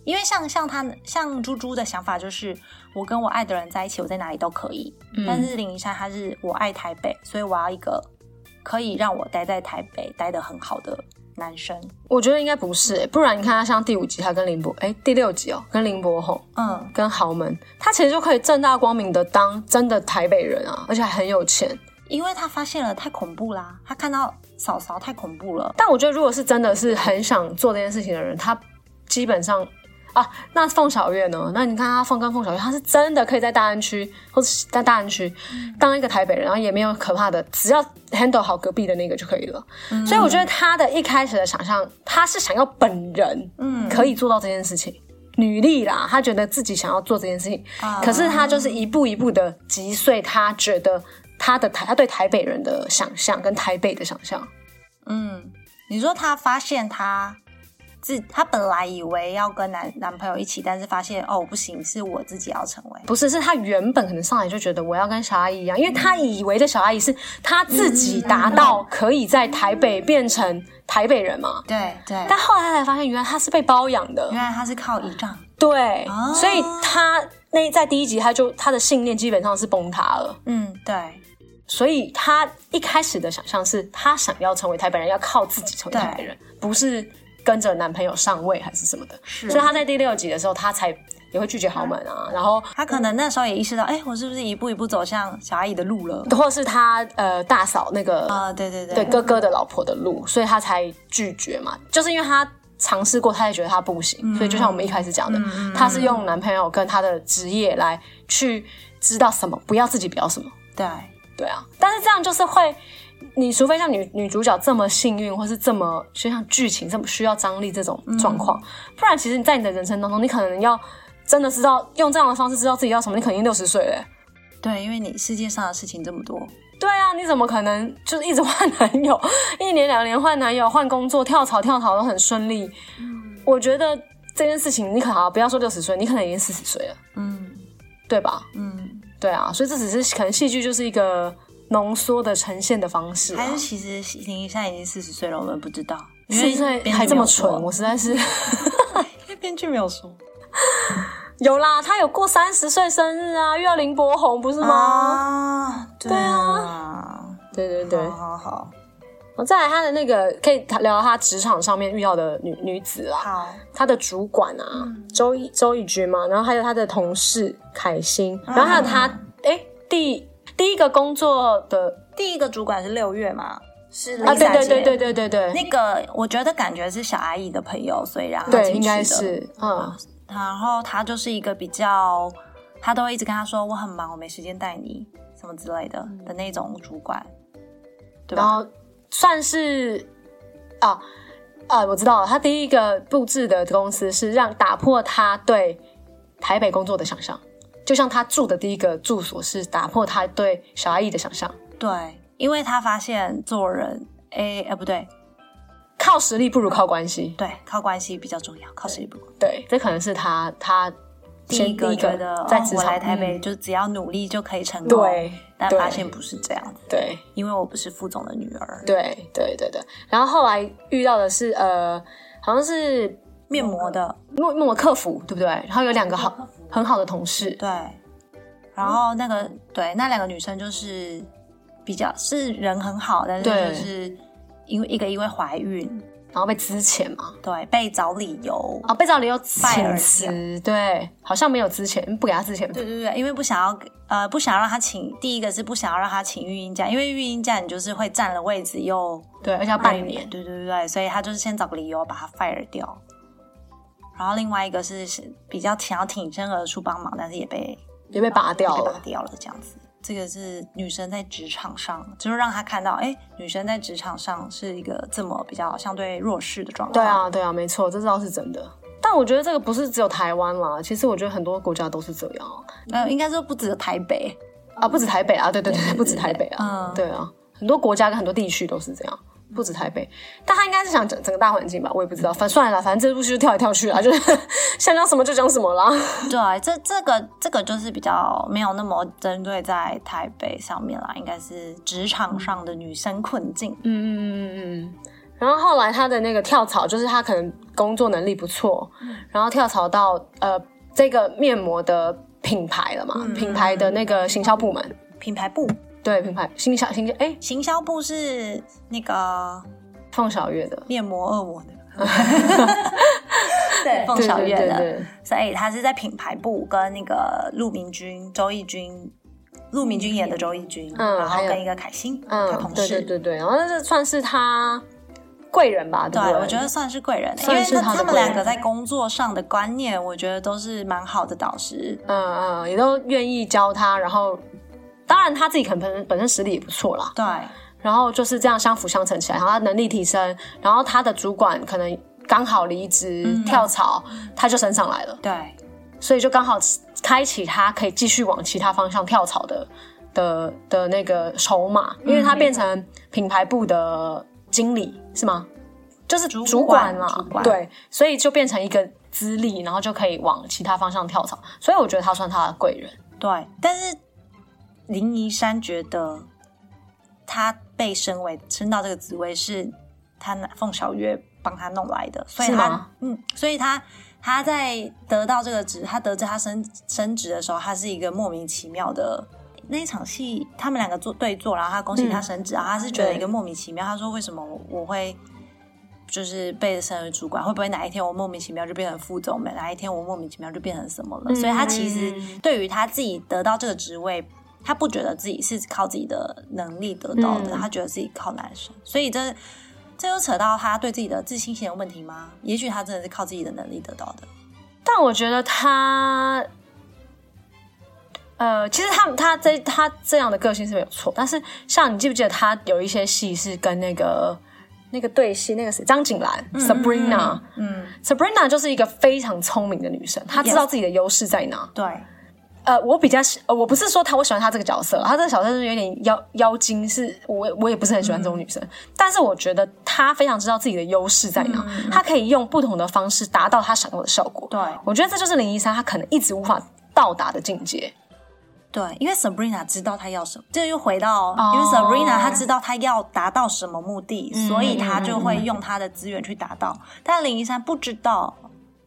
[SPEAKER 1] 因为像像她像猪猪的想法就是，我跟我爱的人在一起，我在哪里都可以。
[SPEAKER 2] 嗯
[SPEAKER 1] 但是林怡莎她是我爱台北，所以我要一个可以让我待在台北待得很好的男生。
[SPEAKER 2] 我觉得应该不是、不然你看他像第五集，他跟林博，哎、第六集哦，跟林博宏、
[SPEAKER 1] 嗯，
[SPEAKER 2] 跟豪门，他其实就可以正大光明的当真的台北人啊，而且还很有钱。
[SPEAKER 1] 因为她发现了太恐怖啦，她看到嫂嫂太恐怖了。
[SPEAKER 2] 但我觉得，如果是真的是很想做这件事情的人，他基本上啊，那凤小岳呢？那你看他凤跟凤小岳，他是真的可以在大安区或是在大安区当一个台北人，然后也没有可怕的，只要 handle 好隔壁的那个就可以了。所以我觉得他的一开始的想象，他是想要本人
[SPEAKER 1] 嗯
[SPEAKER 2] 可以做到这件事情。女力啦，他觉得自己想要做这件事情，
[SPEAKER 1] 啊
[SPEAKER 2] 可是他就是一步一步的击碎他觉得他的台，他对台北人的想象跟台北的想象。
[SPEAKER 1] 嗯，你说她发现她自她本来以为要跟男男朋友一起，但是发现哦不行，是我自己要成为。
[SPEAKER 2] 不是，是他原本可能上来就觉得我要跟小阿姨一样，因为他以为的小阿姨是他自己达到可以在台北变成台北人嘛，
[SPEAKER 1] 对对，
[SPEAKER 2] 但后来他才发现原来他是被包养的
[SPEAKER 1] 原，来她是靠倚仗。
[SPEAKER 2] 对，
[SPEAKER 1] 哦
[SPEAKER 2] 所以他那在第一集他就他的信念基本上是崩塌了，
[SPEAKER 1] 嗯，对
[SPEAKER 2] 所以他一开始的想象是他想要成为台北人，要靠自己成为台北人，不是跟着男朋友上位还是什么的，
[SPEAKER 1] 嗯是
[SPEAKER 2] 所以他在第六集的时候他才也会拒绝豪门啊，然后
[SPEAKER 1] 她可能那时候也意识到，哎，我是不是一步一步走向小阿姨的路了？
[SPEAKER 2] 或是他呃大嫂那个
[SPEAKER 1] 啊、对对对，
[SPEAKER 2] 对哥哥的老婆的路，所以他才拒绝嘛，就是因为他尝试过，他也觉得他不行，所以就像我们一开始讲的，他是用男朋友跟他的职业来去知道什么不要自己不要什么，
[SPEAKER 1] 对
[SPEAKER 2] 对啊，但是这样就是会。你除非像女女主角这么幸运，或是这么就像剧情这么需要张力这种状况，不然其实，在你的人生当中，你可能要真的知道用这样的方式知道自己要什么，你肯定六十岁欸嘞、
[SPEAKER 1] 对，因为你世界上的事情这么多，
[SPEAKER 2] 对啊，你怎么可能就是一直换男友， 一年两年换男友、换工作、跳槽跳槽都很顺利？我觉得这件事情，你可能不要说六十岁，你可能已经四十岁了，
[SPEAKER 1] 嗯
[SPEAKER 2] 对吧？
[SPEAKER 1] 嗯，
[SPEAKER 2] 对啊，所以这只是可能戏剧就是一个浓缩的呈现的方式、
[SPEAKER 1] 还
[SPEAKER 2] 啊
[SPEAKER 1] 是。其实林一善已经四十岁了，我们不知道，因
[SPEAKER 2] 四
[SPEAKER 1] 为
[SPEAKER 2] 十岁
[SPEAKER 1] 编剧
[SPEAKER 2] 还这
[SPEAKER 1] 没
[SPEAKER 2] 么
[SPEAKER 1] 有说
[SPEAKER 2] 蠢，我实在是
[SPEAKER 1] 因为 编剧没有说
[SPEAKER 2] 有啦。他有过三十岁生日啊，遇到林柏宏不是吗？
[SPEAKER 1] 啊，对啊，
[SPEAKER 2] 对对对，
[SPEAKER 1] 好好好。
[SPEAKER 2] 哦再来他的那个可以聊他职场上面遇到的女女子啊。
[SPEAKER 1] 好，
[SPEAKER 2] 他的主管啊，
[SPEAKER 1] 嗯
[SPEAKER 2] 周一周一君嘛，然后还有他的同事凯欣，
[SPEAKER 1] 嗯
[SPEAKER 2] 然后还有他哎、第第一个工作的
[SPEAKER 1] 第一个主管是六月嘛？
[SPEAKER 3] 是
[SPEAKER 2] 啊，
[SPEAKER 3] 林
[SPEAKER 2] 对
[SPEAKER 3] 采
[SPEAKER 2] 对
[SPEAKER 3] 洁，
[SPEAKER 2] 对对对对对，
[SPEAKER 1] 那个我觉得感觉是小阿姨的朋友，所以让她
[SPEAKER 2] 对，
[SPEAKER 1] 进
[SPEAKER 2] 应
[SPEAKER 1] 去
[SPEAKER 2] 该
[SPEAKER 1] 的。哦
[SPEAKER 2] 是，嗯，
[SPEAKER 1] 然后他就是一个比较，他都会一直跟他说我很忙，我没时间带你什么之类的、的那种主管，对
[SPEAKER 2] 然
[SPEAKER 1] 吧？
[SPEAKER 2] 后算是啊啊，我知道了，他第一个布置的公司是让打破他对台北工作的想象，就像他住的第一个住所是打破他对小阿姨的想象，
[SPEAKER 1] 对，因为他发现做人，哎哎不对，
[SPEAKER 2] 靠实力不如靠关系，
[SPEAKER 1] 对，靠关系比较重要，靠实力不够。
[SPEAKER 2] 对，这可能是他他
[SPEAKER 1] 第
[SPEAKER 2] 先
[SPEAKER 1] 一个觉得
[SPEAKER 2] 在
[SPEAKER 1] 哦
[SPEAKER 2] 职
[SPEAKER 1] 我
[SPEAKER 2] 场、
[SPEAKER 1] 来台北
[SPEAKER 2] 嗯
[SPEAKER 1] 就只要努力就可以成功，
[SPEAKER 2] 对
[SPEAKER 1] 但
[SPEAKER 2] 对
[SPEAKER 1] 发现不是这样子，
[SPEAKER 2] 对
[SPEAKER 1] 因为我不是副总的女儿，
[SPEAKER 2] 对对对对，然后后来遇到的是呃，好像是
[SPEAKER 1] 面膜的，
[SPEAKER 2] 默默客服对不对？然后有两个好很好的同事，
[SPEAKER 1] 对。然后那个对那两个女生就是比较是人很好，但是
[SPEAKER 2] 对
[SPEAKER 1] 就是因为一个因为怀孕，
[SPEAKER 2] 然后被资遣嘛，
[SPEAKER 1] 对，被找理由。
[SPEAKER 2] 哦，被照理有
[SPEAKER 1] 拜
[SPEAKER 2] 请
[SPEAKER 1] 耳
[SPEAKER 2] 辞，对，好像没有之前不给他之前，
[SPEAKER 1] 对对对，因为不想要呃，不想让他请，第一个是不想要让他请育婴假，因为育婴假你就是会占了位置又
[SPEAKER 2] 对，而且要半年，
[SPEAKER 1] 对对对对，所以他就是先找个理由把他 fire 掉。然后另外一个是比较想要挺身而出帮忙，但是也被
[SPEAKER 2] 也被拔掉
[SPEAKER 1] 被拔
[SPEAKER 2] 了。
[SPEAKER 1] 掉了这样子。这个是女生在职场上，就是让他看到，哎，女生在职场上是一个这么比较相对弱势的状况。
[SPEAKER 2] 对，啊，对啊，没错，这倒是真的。但我觉得这个不是只有台湾啦，其实我觉得很多国家都是这样
[SPEAKER 1] 呃，应该说不只有台北，
[SPEAKER 2] 啊，不止台北啊，对对对，对不止台北啊
[SPEAKER 1] 嗯，
[SPEAKER 2] 对啊，很多国家跟很多地区都是这样，不止台北。但他应该是想整整个大环境吧，我也不知道，反算了啦，反正这部剧就跳来跳去啊，就是 想讲什么就讲什么啦。
[SPEAKER 1] 对，啊这这个这个就是比较没有那么针对在台北上面啦，应该是职场上的女生困境。
[SPEAKER 2] 嗯嗯嗯嗯嗯。然后后来他的那个跳槽，就是他可能工作能力不错，然后跳槽到呃这个面膜的品牌了嘛，品牌的那个行销部门，
[SPEAKER 1] 品牌部、
[SPEAKER 2] 对品牌行销行销，哎，
[SPEAKER 1] 行销部是那个
[SPEAKER 2] 凤小月的，
[SPEAKER 1] 面膜恶魔的，对，凤
[SPEAKER 2] 对
[SPEAKER 1] 小
[SPEAKER 2] 对
[SPEAKER 1] 月
[SPEAKER 2] 对
[SPEAKER 1] 的，
[SPEAKER 2] 对
[SPEAKER 1] 所以他是在品牌部跟那个陆明君、周轶君。陆明君演的周轶君，
[SPEAKER 2] 嗯
[SPEAKER 1] 然
[SPEAKER 2] 还
[SPEAKER 1] 后
[SPEAKER 2] 有
[SPEAKER 1] 跟一个凯欣，他
[SPEAKER 2] 嗯，
[SPEAKER 1] 同
[SPEAKER 2] 对
[SPEAKER 1] 事，
[SPEAKER 2] 对对对，然后这算是他贵人吧，对不
[SPEAKER 1] 对我觉得算是贵人，欸因
[SPEAKER 2] 算
[SPEAKER 1] 为
[SPEAKER 2] 是
[SPEAKER 1] 那
[SPEAKER 2] 他的
[SPEAKER 1] 他们
[SPEAKER 2] 贵人
[SPEAKER 1] 两个在工作上的观念，我觉得都是蛮好的导师，
[SPEAKER 2] 嗯嗯，也都愿意教他，然后当然他自己可能本身本身实力也不错啦，
[SPEAKER 1] 对，
[SPEAKER 2] 然后就是这样相辅相成起来，然后他能力提升，然后他的主管可能刚好离职、
[SPEAKER 1] 嗯
[SPEAKER 2] 跳槽，他就升上来了，
[SPEAKER 1] 对，
[SPEAKER 2] 所以就刚好开启他可以继续往其他方向跳槽的的的那个筹码，因为他变成品牌部的经理是吗？就是主管啦，
[SPEAKER 1] 主管
[SPEAKER 2] 对，所以就变成一个资历，然后就可以往其他方向跳槽，所以我觉得他算他的贵人。
[SPEAKER 1] 对，但是林怡珊觉得她被升为升到这个职位是她拿凤小月帮她弄来的，所以
[SPEAKER 2] 是
[SPEAKER 1] 她
[SPEAKER 2] 吗
[SPEAKER 1] 嗯，所以她她在得到这个职，她得知她升升职的时候，她是一个莫名其妙的。那一场戏，他们两个做对坐，然后她恭喜她升职，然后她是觉得
[SPEAKER 2] 嗯对
[SPEAKER 1] 一个莫名其妙。她说：“为什么我我会就是被升为主管，会不会哪一天我莫名其妙就变成副总？哪一天我莫名其妙就变成什么了？所以他其实对于他自己得到这个职位，他不觉得自己是靠自己的能力得到的，
[SPEAKER 2] 嗯
[SPEAKER 1] 他觉得自己靠男生。所以这这又扯到他对自己的自信心的问题吗？也许他真的是靠自己的能力得到的。
[SPEAKER 2] 但我觉得他，呃，其实他他这他这样的个性是没有错，但是像你记不记得他有一些戏是跟那个那个对戏那个谁张景兰、Sabrina，
[SPEAKER 1] 嗯，
[SPEAKER 2] Sabrina 就是一个非常聪明的女生，她知道自己的优势在哪。
[SPEAKER 1] 对，
[SPEAKER 2] 呃，我比较喜，呃，我不是说她我喜欢她这个角色，她这个角色是有点妖妖精，是我我也不是很喜欢这种女生。但是我觉得她非常知道自己的优势在哪，她可以用不同的方式达到她想要的效果。
[SPEAKER 1] 对
[SPEAKER 2] 我觉得这就是林一山她可能一直无法到达的境界。
[SPEAKER 1] 对，因为 Sabrina 知道她要什么，这又回到，
[SPEAKER 2] 哦
[SPEAKER 1] 因为 Sabrina 她知道她要达到什么目的，
[SPEAKER 2] 嗯
[SPEAKER 1] 所以她就会用她的资源去达到。但林一山不知道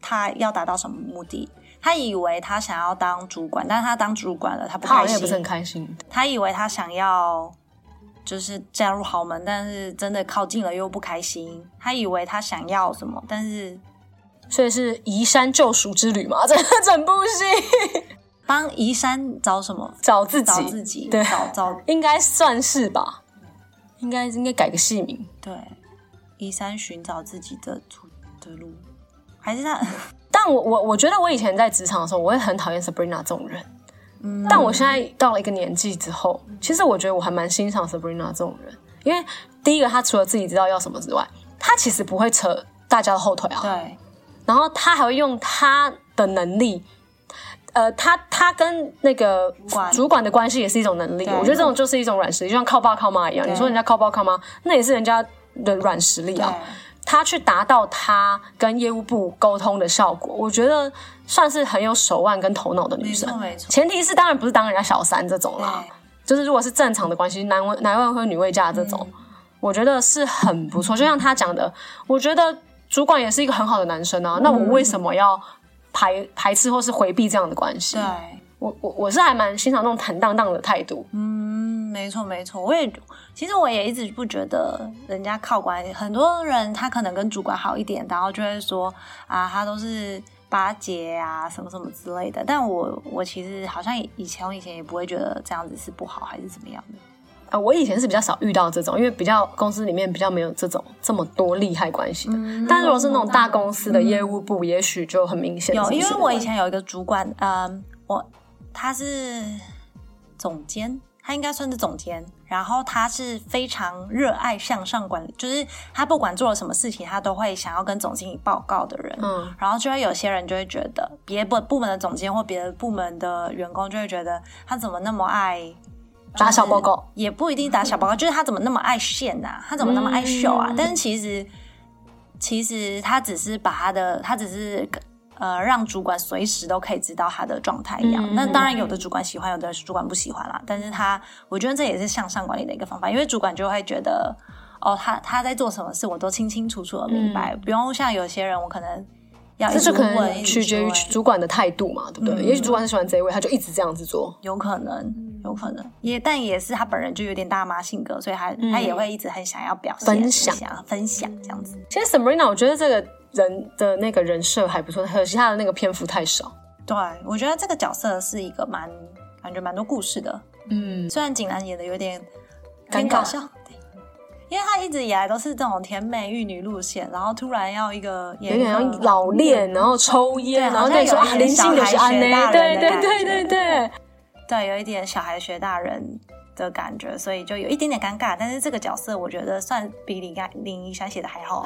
[SPEAKER 1] 她要达到什么目的，她以为她想要当主管，但是她当主管了，她不
[SPEAKER 2] 她好
[SPEAKER 1] 开
[SPEAKER 2] 像也不是
[SPEAKER 1] 心。
[SPEAKER 2] 很开心。
[SPEAKER 1] 她以为她想要就是嫁入豪门，但是真的靠近了又不开心。她以为她想要什么，但是
[SPEAKER 2] 所以是移山救赎之旅嘛，这 整部戏
[SPEAKER 1] 帮移山找什么？
[SPEAKER 2] 找自己，
[SPEAKER 1] 找自己，
[SPEAKER 2] 对
[SPEAKER 1] 找找
[SPEAKER 2] 应该算是吧。应该应该改个戏名，
[SPEAKER 1] 对，一三寻找自己的出的路，还是他，
[SPEAKER 2] 但我我我觉得我以前在职场的时候，我会很讨厌 Sabrina 这种人。
[SPEAKER 1] 嗯
[SPEAKER 2] 但我现在到了一个年纪之后，其实我觉得我还蛮欣赏 Sabrina 这种人，因为第一个她除了自己知道要什么之外，她其实不会扯大家的后腿啊，
[SPEAKER 1] 对，
[SPEAKER 2] 然后她还会用她的能力。呃，她她跟那个
[SPEAKER 1] 管
[SPEAKER 2] 主管的关系也是一种能力，
[SPEAKER 1] 对
[SPEAKER 2] 我觉得这种就是一种软实力，就像靠爸靠妈一样。
[SPEAKER 1] 对
[SPEAKER 2] 你说人家靠爸靠妈，那也是人家的软实力
[SPEAKER 1] 对
[SPEAKER 2] 啊。，他去达到他跟业务部沟通的效果，我觉得算是很有手腕跟头脑的女生
[SPEAKER 1] 没错没。错
[SPEAKER 2] 前提是当然不是当人家小三这种啦
[SPEAKER 1] 对，
[SPEAKER 2] 就是如果是正常的关系，男未男未婚女未嫁这种，
[SPEAKER 1] 嗯
[SPEAKER 2] 我觉得是很不错。就像他讲的，我觉得主管也是一个很好的男生
[SPEAKER 1] 嗯
[SPEAKER 2] 啊，那我为什么要排排斥或是回避这样的关系？
[SPEAKER 1] 对。啊
[SPEAKER 2] 我我我是还蛮欣赏那种坦荡荡的态度。
[SPEAKER 1] 嗯，没错没错，我也其实我也一直不觉得人家靠关系，很多人他可能跟主管好一点，然后就会说啊，他都是巴结啊什么什么之类的。但我我其实好像以前我以前也不会觉得这样子是不好还是怎么样的。
[SPEAKER 2] 呃，我以前是比较少遇到这种，因为比较公司里面比较没有这种这么多利害关系的。
[SPEAKER 1] 嗯
[SPEAKER 2] 但如果是那种大公司的业务部，也许就很明显。
[SPEAKER 1] 有，
[SPEAKER 2] 是不
[SPEAKER 1] 因
[SPEAKER 2] 是
[SPEAKER 1] 为我以前有一个主管，嗯，我他是总监，他应该算是总监。然后他是非常热爱向上管理，就是他不管做了什么事情，他都会想要跟总经理报告的人。
[SPEAKER 2] 嗯，
[SPEAKER 1] 然后就会有些人就会觉得，别的部部门的总监或别的部门的员工就会觉得，他怎么那么爱
[SPEAKER 2] 打小报告，
[SPEAKER 1] 也不一定打小报告，就是他怎么那么爱现呐、他怎么那么爱秀啊？
[SPEAKER 2] 嗯
[SPEAKER 1] 但是其实，其实他只是把他的，他只是呃让主管随时都可以知道他的状态一样。
[SPEAKER 2] 嗯
[SPEAKER 1] 那当然，有的主管喜欢，有的主管不喜欢啦。但是他，我觉得这也是向上管理的一个方法，因为主管就会觉得，哦，他他在做什么事，我都清清楚楚的明白，不用像有些人，我可能要一
[SPEAKER 2] 嗯这
[SPEAKER 1] 直
[SPEAKER 2] 就可
[SPEAKER 1] 问，
[SPEAKER 2] 能
[SPEAKER 1] 一直
[SPEAKER 2] 取决于
[SPEAKER 1] 追
[SPEAKER 2] 主管的态度嘛，对不
[SPEAKER 1] 嗯
[SPEAKER 2] 对？也许主管是喜欢这一位，他就一直这样子做。
[SPEAKER 1] 有可能，有可能，也但也是他本人就有点大妈性格，所以他、他也会一直很想要表现、
[SPEAKER 2] 嗯分享
[SPEAKER 1] 想分享这样子。
[SPEAKER 2] 其实 Sabrina，我觉得这个人的那个人设还不错，可惜他的那个篇幅太少。
[SPEAKER 1] 对，我觉得这个角色是一个蛮感觉蛮多故事的，
[SPEAKER 2] 嗯，
[SPEAKER 1] 虽然景兰演的有点有
[SPEAKER 2] 尴尬
[SPEAKER 1] 点搞笑，对，因为他一直以来都是这种甜美玉女路线，然后突然要一个演
[SPEAKER 2] 有
[SPEAKER 1] 一
[SPEAKER 2] 点
[SPEAKER 1] 个
[SPEAKER 2] 像老练，然后抽
[SPEAKER 1] 嗯
[SPEAKER 2] 烟，
[SPEAKER 1] 对
[SPEAKER 2] 然后跟你说
[SPEAKER 1] 好像
[SPEAKER 2] 啊，
[SPEAKER 1] 有
[SPEAKER 2] 林
[SPEAKER 1] 点小
[SPEAKER 2] 心就是安呢
[SPEAKER 1] 孩学，大
[SPEAKER 2] 对
[SPEAKER 1] 人的
[SPEAKER 2] 对
[SPEAKER 1] 感觉
[SPEAKER 2] 对对对。
[SPEAKER 1] 对，有一点小孩学大人的感觉，所以就有一点点尴尬。但是这个角色我觉得算比林干林一山写的还好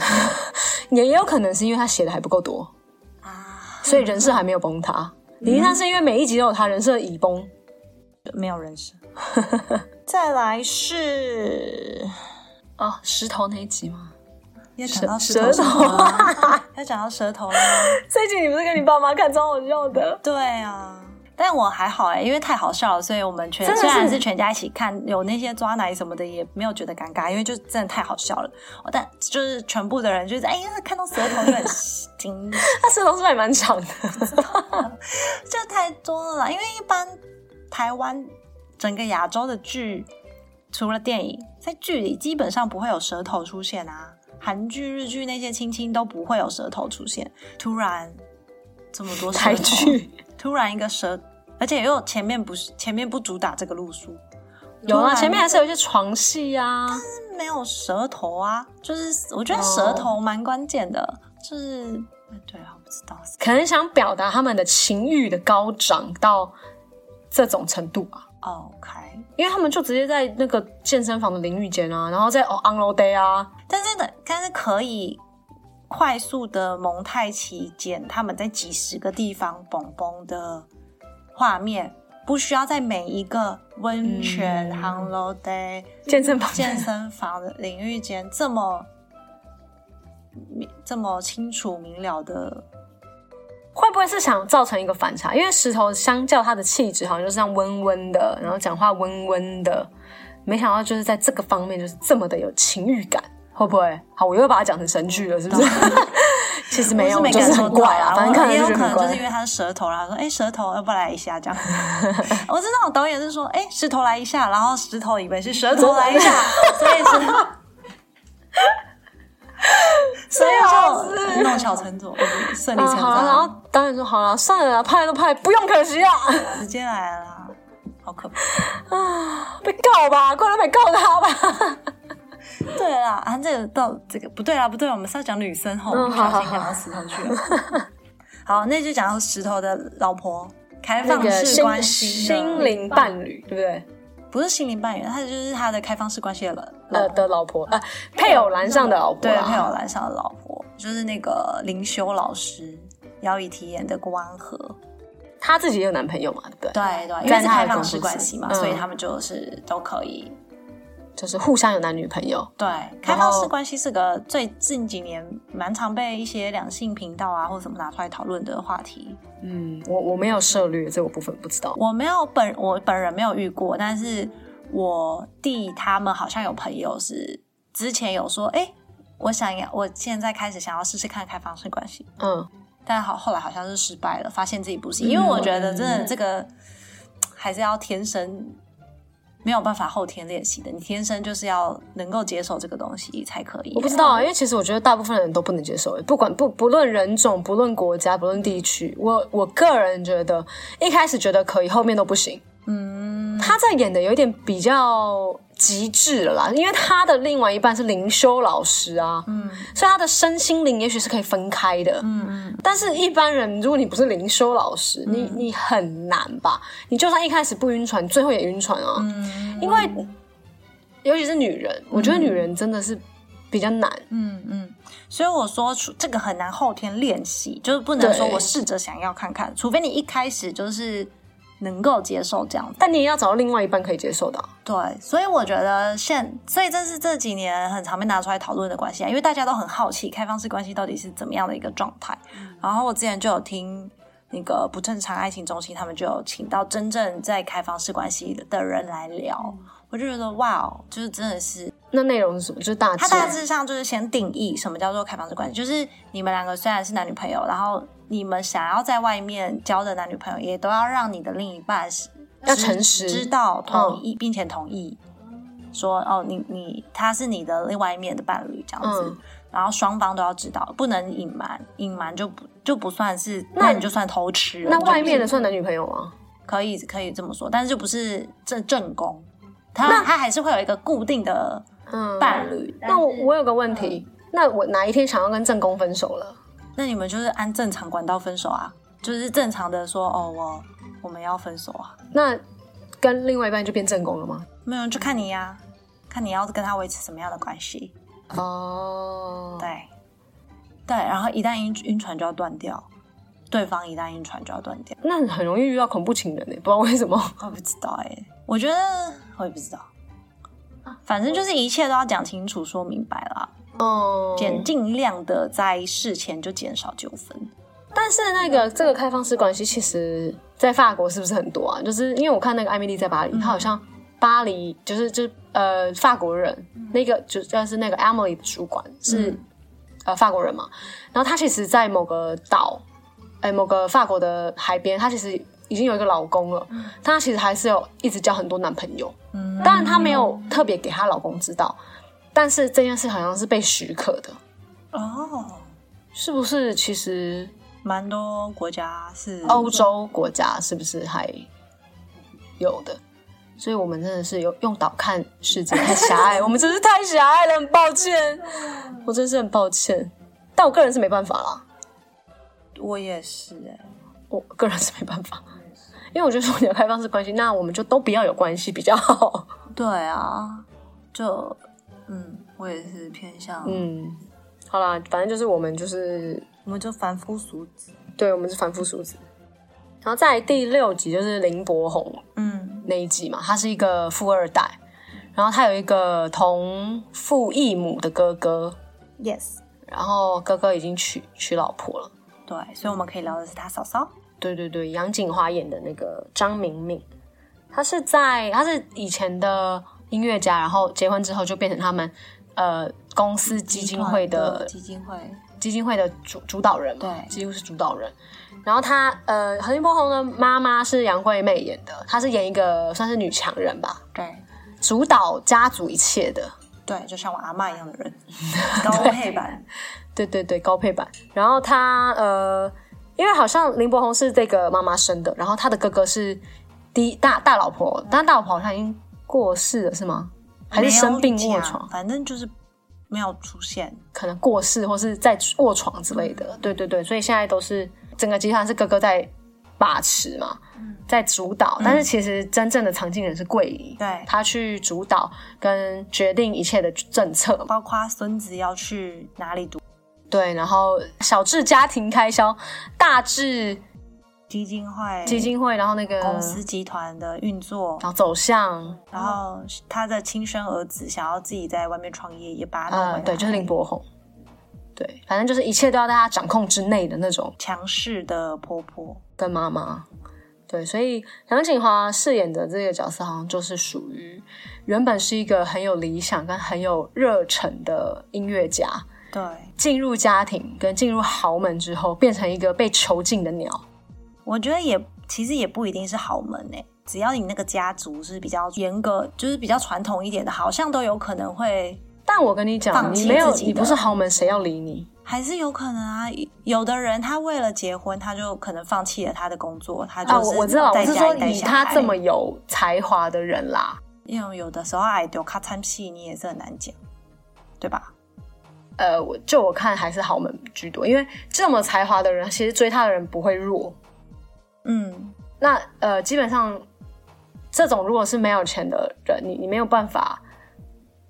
[SPEAKER 2] 也也有可能是因为他写的还不够多，
[SPEAKER 1] 啊，
[SPEAKER 2] 所以人设还没有崩塌。李丽娜是因为每一集都有她人设已崩，
[SPEAKER 1] 没有人生。 再来是
[SPEAKER 2] 哦，石头那一集吗？
[SPEAKER 1] 要讲到舌
[SPEAKER 2] 舌
[SPEAKER 1] 头
[SPEAKER 2] 头
[SPEAKER 1] 了吗， 要讲到舌头了吗。
[SPEAKER 2] 这一集你不是跟你爸妈看，超好笑的。
[SPEAKER 1] 对啊，但我还好哎、因为太好笑了，所以我们全
[SPEAKER 2] 真的是
[SPEAKER 1] 虽然是全家一起看，有那些抓奶什么的也没有觉得尴尬，因为就真的太好笑了。哦但就是全部的人就是哎呀，看到舌头就很 惊，
[SPEAKER 2] 他舌头是不是还蛮长的？
[SPEAKER 1] 这太多了啦。因为一般台湾整个亚洲的剧，除了电影，在剧里基本上不会有舌头出现啊。韩剧、日剧那些亲亲都不会有舌头出现，突然这么多舌头
[SPEAKER 2] 台剧
[SPEAKER 1] 突然一个蛇，而且又前面不是前面不主打这个路数，
[SPEAKER 2] 有
[SPEAKER 1] 突
[SPEAKER 2] 啊，
[SPEAKER 1] 然
[SPEAKER 2] 前面还是有一些床戏啊。
[SPEAKER 1] 是嗯没有舌头啊，就是我觉得舌
[SPEAKER 2] 哦
[SPEAKER 1] 头蛮关键的，就是对啊，我不知道
[SPEAKER 2] 可能想表达他们的情欲的高涨到这种程度吧，
[SPEAKER 1] 哦，OK，
[SPEAKER 2] 因为他们就直接在那个健身房的淋浴间啊，然后在哦 on low day 啊，
[SPEAKER 1] 但是呢，但是可以快速的蒙太奇剪他们在几十个地方蹦蹦的画面，不需要在每一个温泉、
[SPEAKER 2] 嗯
[SPEAKER 1] Hello Day、
[SPEAKER 2] 健身房
[SPEAKER 1] 健身房的淋浴间这么这么清楚明了的
[SPEAKER 2] 会不会是想造成一个反差？因为石头相较他的气质，好像就是这样温温的，然后讲话温温的，没想到就是在这个方面就是这么的有情欲感，会不会？好，我又把它讲成神剧了，是不是？ 其实没
[SPEAKER 1] 我
[SPEAKER 2] 有，
[SPEAKER 1] 是没
[SPEAKER 2] 就
[SPEAKER 1] 感
[SPEAKER 2] 是
[SPEAKER 1] 受
[SPEAKER 2] 很
[SPEAKER 1] 到
[SPEAKER 2] 怪
[SPEAKER 1] 啊，
[SPEAKER 2] 反正
[SPEAKER 1] 我
[SPEAKER 2] 看了
[SPEAKER 1] 也
[SPEAKER 2] 就
[SPEAKER 1] 有
[SPEAKER 2] 觉
[SPEAKER 1] 可
[SPEAKER 2] 得很
[SPEAKER 1] 能就是
[SPEAKER 2] 怪
[SPEAKER 1] 因。为他是舌头啦，然后说哎、舌头，要不来一下这样。 我知道导演是说哎、石头来一下，然后石头以为是舌 头来一下，所以 是。所以就弄巧成拙，嗯顺理
[SPEAKER 2] 啊，
[SPEAKER 1] 成
[SPEAKER 2] 好了，然后
[SPEAKER 1] 章，
[SPEAKER 2] 导演说好了，算了啦，拍都拍，不用可惜啊，
[SPEAKER 1] 直接来了啦，好可怕！
[SPEAKER 2] 被告吧，快点被告他吧。
[SPEAKER 1] 对啦，啊，这个到这个不对啦，不对，我们是要讲吕森后，
[SPEAKER 2] 嗯
[SPEAKER 1] 不小
[SPEAKER 2] 好
[SPEAKER 1] 心
[SPEAKER 2] 好
[SPEAKER 1] 讲到石头去了。好，那就讲到石头的老婆，开
[SPEAKER 2] 那
[SPEAKER 1] 放
[SPEAKER 2] 个
[SPEAKER 1] 式关
[SPEAKER 2] 心
[SPEAKER 1] 系的
[SPEAKER 2] 心灵伴侣，对不对？
[SPEAKER 1] 不是心灵伴侣，他就是他的开放式关系的了。
[SPEAKER 2] 呃的老婆，呃配偶栏上的老婆啊
[SPEAKER 1] 对，
[SPEAKER 2] 啦，
[SPEAKER 1] 配偶栏上的老婆就是那个灵修老师姚以提演的关和，
[SPEAKER 2] 她自己也有男朋友嘛，对不对？
[SPEAKER 1] 对对，因为
[SPEAKER 2] 在
[SPEAKER 1] 是
[SPEAKER 2] 他
[SPEAKER 1] 开
[SPEAKER 2] 的
[SPEAKER 1] 放
[SPEAKER 2] 公
[SPEAKER 1] 式
[SPEAKER 2] 司
[SPEAKER 1] 关系嘛，
[SPEAKER 2] 嗯
[SPEAKER 1] 所以他们就是都可以。
[SPEAKER 2] 就是互相有男女朋友，
[SPEAKER 1] 对，开放式
[SPEAKER 2] 后
[SPEAKER 1] 关系是个最近几年蛮常被一些两性频道啊或者什么拿出来讨论的话题。
[SPEAKER 2] 嗯，我我没有涉略这个部分不知道，
[SPEAKER 1] 我没有本我本人没有遇过，但是我弟他们好像有朋友是之前有说，哎、我想要，我现在开始想要试试看开放式关系，
[SPEAKER 2] 嗯，
[SPEAKER 1] 但好后来好像是失败了，发现自己不行，因为我觉
[SPEAKER 2] 嗯
[SPEAKER 1] 得真的这个还是要天生没有办法后天练习的，你天生就是要能够接受这个东西才可以。
[SPEAKER 2] 我不知道啊，因为其实我觉得大部分人都不能接受，欸不管不不论人种，不论国家，不论地区，我我个人觉得一开始觉得可以，后面都不行。嗯，他在演的有一点比较极致了啦，因为他的另外一半是灵修老师啊，嗯，所以他的身心灵也许是可以分开的，嗯嗯。但是一般人，如果你不是灵修老师，你你很难吧？你就算一开始不晕船，最后也晕船啊，因为尤其是女人，我觉得女人真的是比较难。
[SPEAKER 1] 嗯嗯，所以我说除这个很难后天练习，就是不能
[SPEAKER 2] 对
[SPEAKER 1] 说我试着想要看看，除非你一开始就是能够接受这样子。
[SPEAKER 2] 但你也要找到另外一半可以接受的啊、
[SPEAKER 1] 对，所以我觉得现，所以这是这几年很常被拿出来讨论的关系啊，因为大家都很好奇开放式关系到底是怎么样的一个状态。然后我之前就有听那个不正常爱情中心，他们就有请到真正在开放式关系的人来聊，我就觉得哇哦，就是真的是
[SPEAKER 2] 那内容是什么？就是大致
[SPEAKER 1] 它大致上就是先定义什么叫做开放式关系，就是你们两个虽然是男女朋友，然后你们想要在外面交的男女朋友，也都要让你的另一半是
[SPEAKER 2] 要诚实嗯
[SPEAKER 1] 知道同意，并且同意说哦，你你他是你的另外一面的伴侣这样子，
[SPEAKER 2] 嗯
[SPEAKER 1] 然后双方都要知道，不能隐瞒，隐瞒就不就不算是，
[SPEAKER 2] 那
[SPEAKER 1] 那你就算偷吃了，
[SPEAKER 2] 那
[SPEAKER 1] 就不
[SPEAKER 2] 外面的算男女朋友吗？
[SPEAKER 1] 可以可以这么说，但是就不是正正宫，他他还是会有一个固定的
[SPEAKER 2] 嗯，
[SPEAKER 1] 伴侣，
[SPEAKER 2] 那我我有个问题，那我哪一天想要跟正宫分手了？
[SPEAKER 1] 那你们就是按正常管道分手啊，就是正常的说哦，我我们要分手啊，
[SPEAKER 2] 那跟另外一半就变正宫了吗？
[SPEAKER 1] 没有就看你呀、看你要跟他维持什么样的关系，
[SPEAKER 2] 嗯哦，
[SPEAKER 1] 对，对，然后一旦晕晕船就要断掉，对方一旦晕船就要断掉，
[SPEAKER 2] 那很容易遇到恐怖情人欸呢、不知道为什么。
[SPEAKER 1] 我不知道哎、我觉得我也不知道，反正就是一切都要讲清楚说明白啦，
[SPEAKER 2] 哦、
[SPEAKER 1] 减尽量的在事前就减少纠纷。
[SPEAKER 2] 但是那个这个开放式关系，其实在法国是不是很多啊？就是因为我看那个艾米丽在巴黎，她好像巴黎就是就是呃法国人，那个就呃就是那个 Emily 的主管是、呃法国人嘛，然后她其实，在某个岛，哎、某个法国的海边，她其实已经有一个老公了，但她其实还是有一直交很多男朋友，当然她没有特别给她老公知道，但是这件事好像是被许可的，
[SPEAKER 1] 哦，
[SPEAKER 2] 是不是？其实
[SPEAKER 1] 蛮多国家是
[SPEAKER 2] 欧洲国家是不是还有的？所以我们真的是有用导看世界太狭隘，我们真是太狭隘了，很抱歉，我真是很抱歉。但我个人是没办法啦，
[SPEAKER 1] 我也是哎、
[SPEAKER 2] 我个人是没办法，因为我觉得说你有开放式关系，那我们就都不要有关系比较好。
[SPEAKER 1] 对啊，就嗯，我也是偏向，
[SPEAKER 2] 嗯，好啦，反正就是我们就是
[SPEAKER 1] 我们就凡夫俗子。
[SPEAKER 2] 对我们是反复数字。然后在第六集就是林柏宏，
[SPEAKER 1] 嗯
[SPEAKER 2] 那一集嘛，他是一个富二代，然后他有一个同父异母的哥哥，
[SPEAKER 1] ，yes，
[SPEAKER 2] 然后哥哥已经娶娶老婆了。
[SPEAKER 1] 对，所以我们可以聊的是他嫂嫂。
[SPEAKER 2] 对对对，杨锦华演的那个张明敏，他是在他是以前的音乐家，然后结婚之后就变成他们呃公司基金会的
[SPEAKER 1] 基金会，
[SPEAKER 2] 基金会的主主导人嘛，
[SPEAKER 1] 对
[SPEAKER 2] 几乎是主导人。然后他呃，何金波红的妈妈是杨贵妹演的，她是演一个算是女强人吧，
[SPEAKER 1] 对
[SPEAKER 2] 主导家族一切的。
[SPEAKER 1] 对，就像我阿妈一样的 人，高配版。
[SPEAKER 2] 对对对，高配版。然后他呃，因为好像林柏宏是这个妈妈生的，然后他的哥哥是第一大大老婆，但大老婆好像已经过世了，是吗？还是生病
[SPEAKER 1] 没有
[SPEAKER 2] 卧
[SPEAKER 1] 讲
[SPEAKER 2] 床？
[SPEAKER 1] 反正就是没有出现。
[SPEAKER 2] 可能过世或是在卧床之类的。对对对，所以现在都是整个集团是哥哥在把持嘛，
[SPEAKER 1] 嗯
[SPEAKER 2] 在主导。但是其实真正的藏镜人是桂姨，
[SPEAKER 1] 对
[SPEAKER 2] 他去主导跟决定一切的政策。
[SPEAKER 1] 包括孙子要去哪里读
[SPEAKER 2] 对，然后小至家庭开销，大至
[SPEAKER 1] 基金会、
[SPEAKER 2] 基金会，然嗯后那个
[SPEAKER 1] 公司集团的运作，
[SPEAKER 2] 然后走向，
[SPEAKER 1] 然后他的亲生儿子想要自己在外面创业，也把他弄回
[SPEAKER 2] 呃，
[SPEAKER 1] 来
[SPEAKER 2] 对，就是林柏宏。对，反正就是一切都要在他掌控之内的那种。
[SPEAKER 1] 强势的婆婆。
[SPEAKER 2] 跟妈妈。对，所以梁锦华饰演的这个角色，好像就是属于原本是一个很有理想跟很有热忱的音乐家，
[SPEAKER 1] 对，
[SPEAKER 2] 进入家庭跟进入豪门之后，变成一个被囚禁的鸟。
[SPEAKER 1] 我觉得也其实也不一定是豪门诶、只要你那个家族是比较严格，就是比较传统一点的，好像都有可能会，
[SPEAKER 2] 但我跟你讲，
[SPEAKER 1] 放弃
[SPEAKER 2] 你没有，
[SPEAKER 1] 自己的
[SPEAKER 2] 你不是豪门，谁要理你？
[SPEAKER 1] 还是有可能啊。有的人他为了结婚，他就可能放弃了他的工作，他就
[SPEAKER 2] 啊，我
[SPEAKER 1] 是
[SPEAKER 2] 我知道，我
[SPEAKER 1] 在
[SPEAKER 2] 是
[SPEAKER 1] 家
[SPEAKER 2] 说
[SPEAKER 1] 里带
[SPEAKER 2] 以
[SPEAKER 1] 小
[SPEAKER 2] 他
[SPEAKER 1] 孩
[SPEAKER 2] 这么有才华的人啦，
[SPEAKER 1] 因为有的时候爱丢咔嚓戏，你也是很难讲，对吧？
[SPEAKER 2] 呃，我就我看还是豪门居多，因为这么才华的人，其实追他的人不会弱，
[SPEAKER 1] 嗯，
[SPEAKER 2] 那呃，基本上这种如果是没有钱的人，你你没有办法，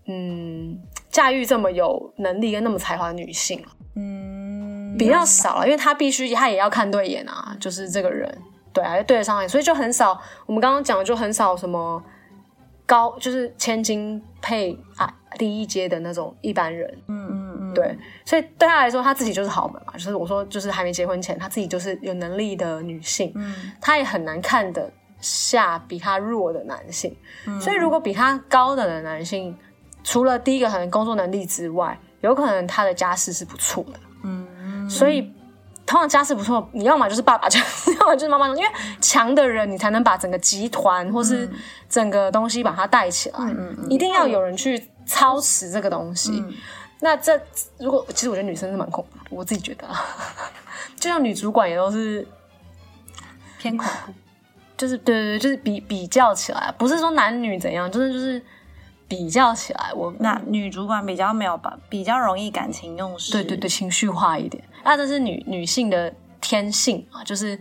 [SPEAKER 2] 嗯，驾驭这么有能力跟那么才华的女性，啊
[SPEAKER 1] 嗯，
[SPEAKER 2] 比较少啊了，因为她必须她也要看对眼啊，就是这个人，对啊，要对得上眼，所以就很少。我们刚刚讲的就很少什么高，就是千金配啊第一阶的那种一般人，
[SPEAKER 1] 嗯嗯嗯，
[SPEAKER 2] 对，所以对她来说，她自己就是豪门嘛，就是我说就是还没结婚前，她自己就是有能力的女性，
[SPEAKER 1] 嗯，
[SPEAKER 2] 他也很难看得下比他弱的男性。所以如果比他高的男性，除了第一个可能工作能力之外，有可能他的家世是不错的。嗯，所以通常家世不错，你要么就是爸爸 强，要么就是妈妈强，因为强的人你才能把整个集团或是整个东西把它带起来。嗯一定要有人去操持这个东西。那这如果其实我觉得女生是蛮恐怖的，我自己觉得啊， 就像女主管也都是
[SPEAKER 1] 偏恐怖，
[SPEAKER 2] 就是对对对，就是比比较起来，不是说男女怎样，真的就是比较起来，我
[SPEAKER 1] 那女主管比较没有吧，比较容易感情用事，
[SPEAKER 2] 对对，对情绪化一点。那这是女女性的天性啊，就是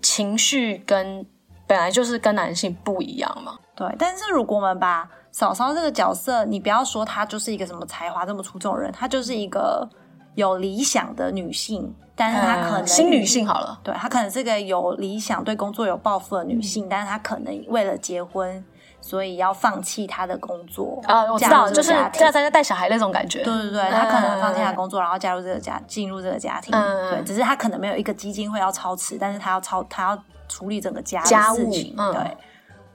[SPEAKER 2] 情绪跟本来就是跟男性不一样嘛。
[SPEAKER 1] 对。但是如果我们把嫂嫂这个角色，你不要说她就是一个什么才华这么出众的人，她就是一个有理想的女性，但是她可能、
[SPEAKER 2] 呃新女。性好了，
[SPEAKER 1] 对她可能是个有理想、对工作有抱负的女
[SPEAKER 2] 嗯
[SPEAKER 1] 性，但是她可能为了结婚，所以要放弃她的工作
[SPEAKER 2] 啊，我知
[SPEAKER 1] 嫁
[SPEAKER 2] 道，
[SPEAKER 1] 入这
[SPEAKER 2] 就
[SPEAKER 1] 个
[SPEAKER 2] 是
[SPEAKER 1] 家
[SPEAKER 2] 大
[SPEAKER 1] 庭
[SPEAKER 2] 家在带小孩那种感觉。
[SPEAKER 1] 对对对，他可能放弃他的工作，然后加入这个家，进入这个家庭。
[SPEAKER 2] 嗯
[SPEAKER 1] 对，只是他可能没有一个基金会要操持，但是他要操，他要处理整个家的
[SPEAKER 2] 家务
[SPEAKER 1] 事情。
[SPEAKER 2] 嗯
[SPEAKER 1] 对，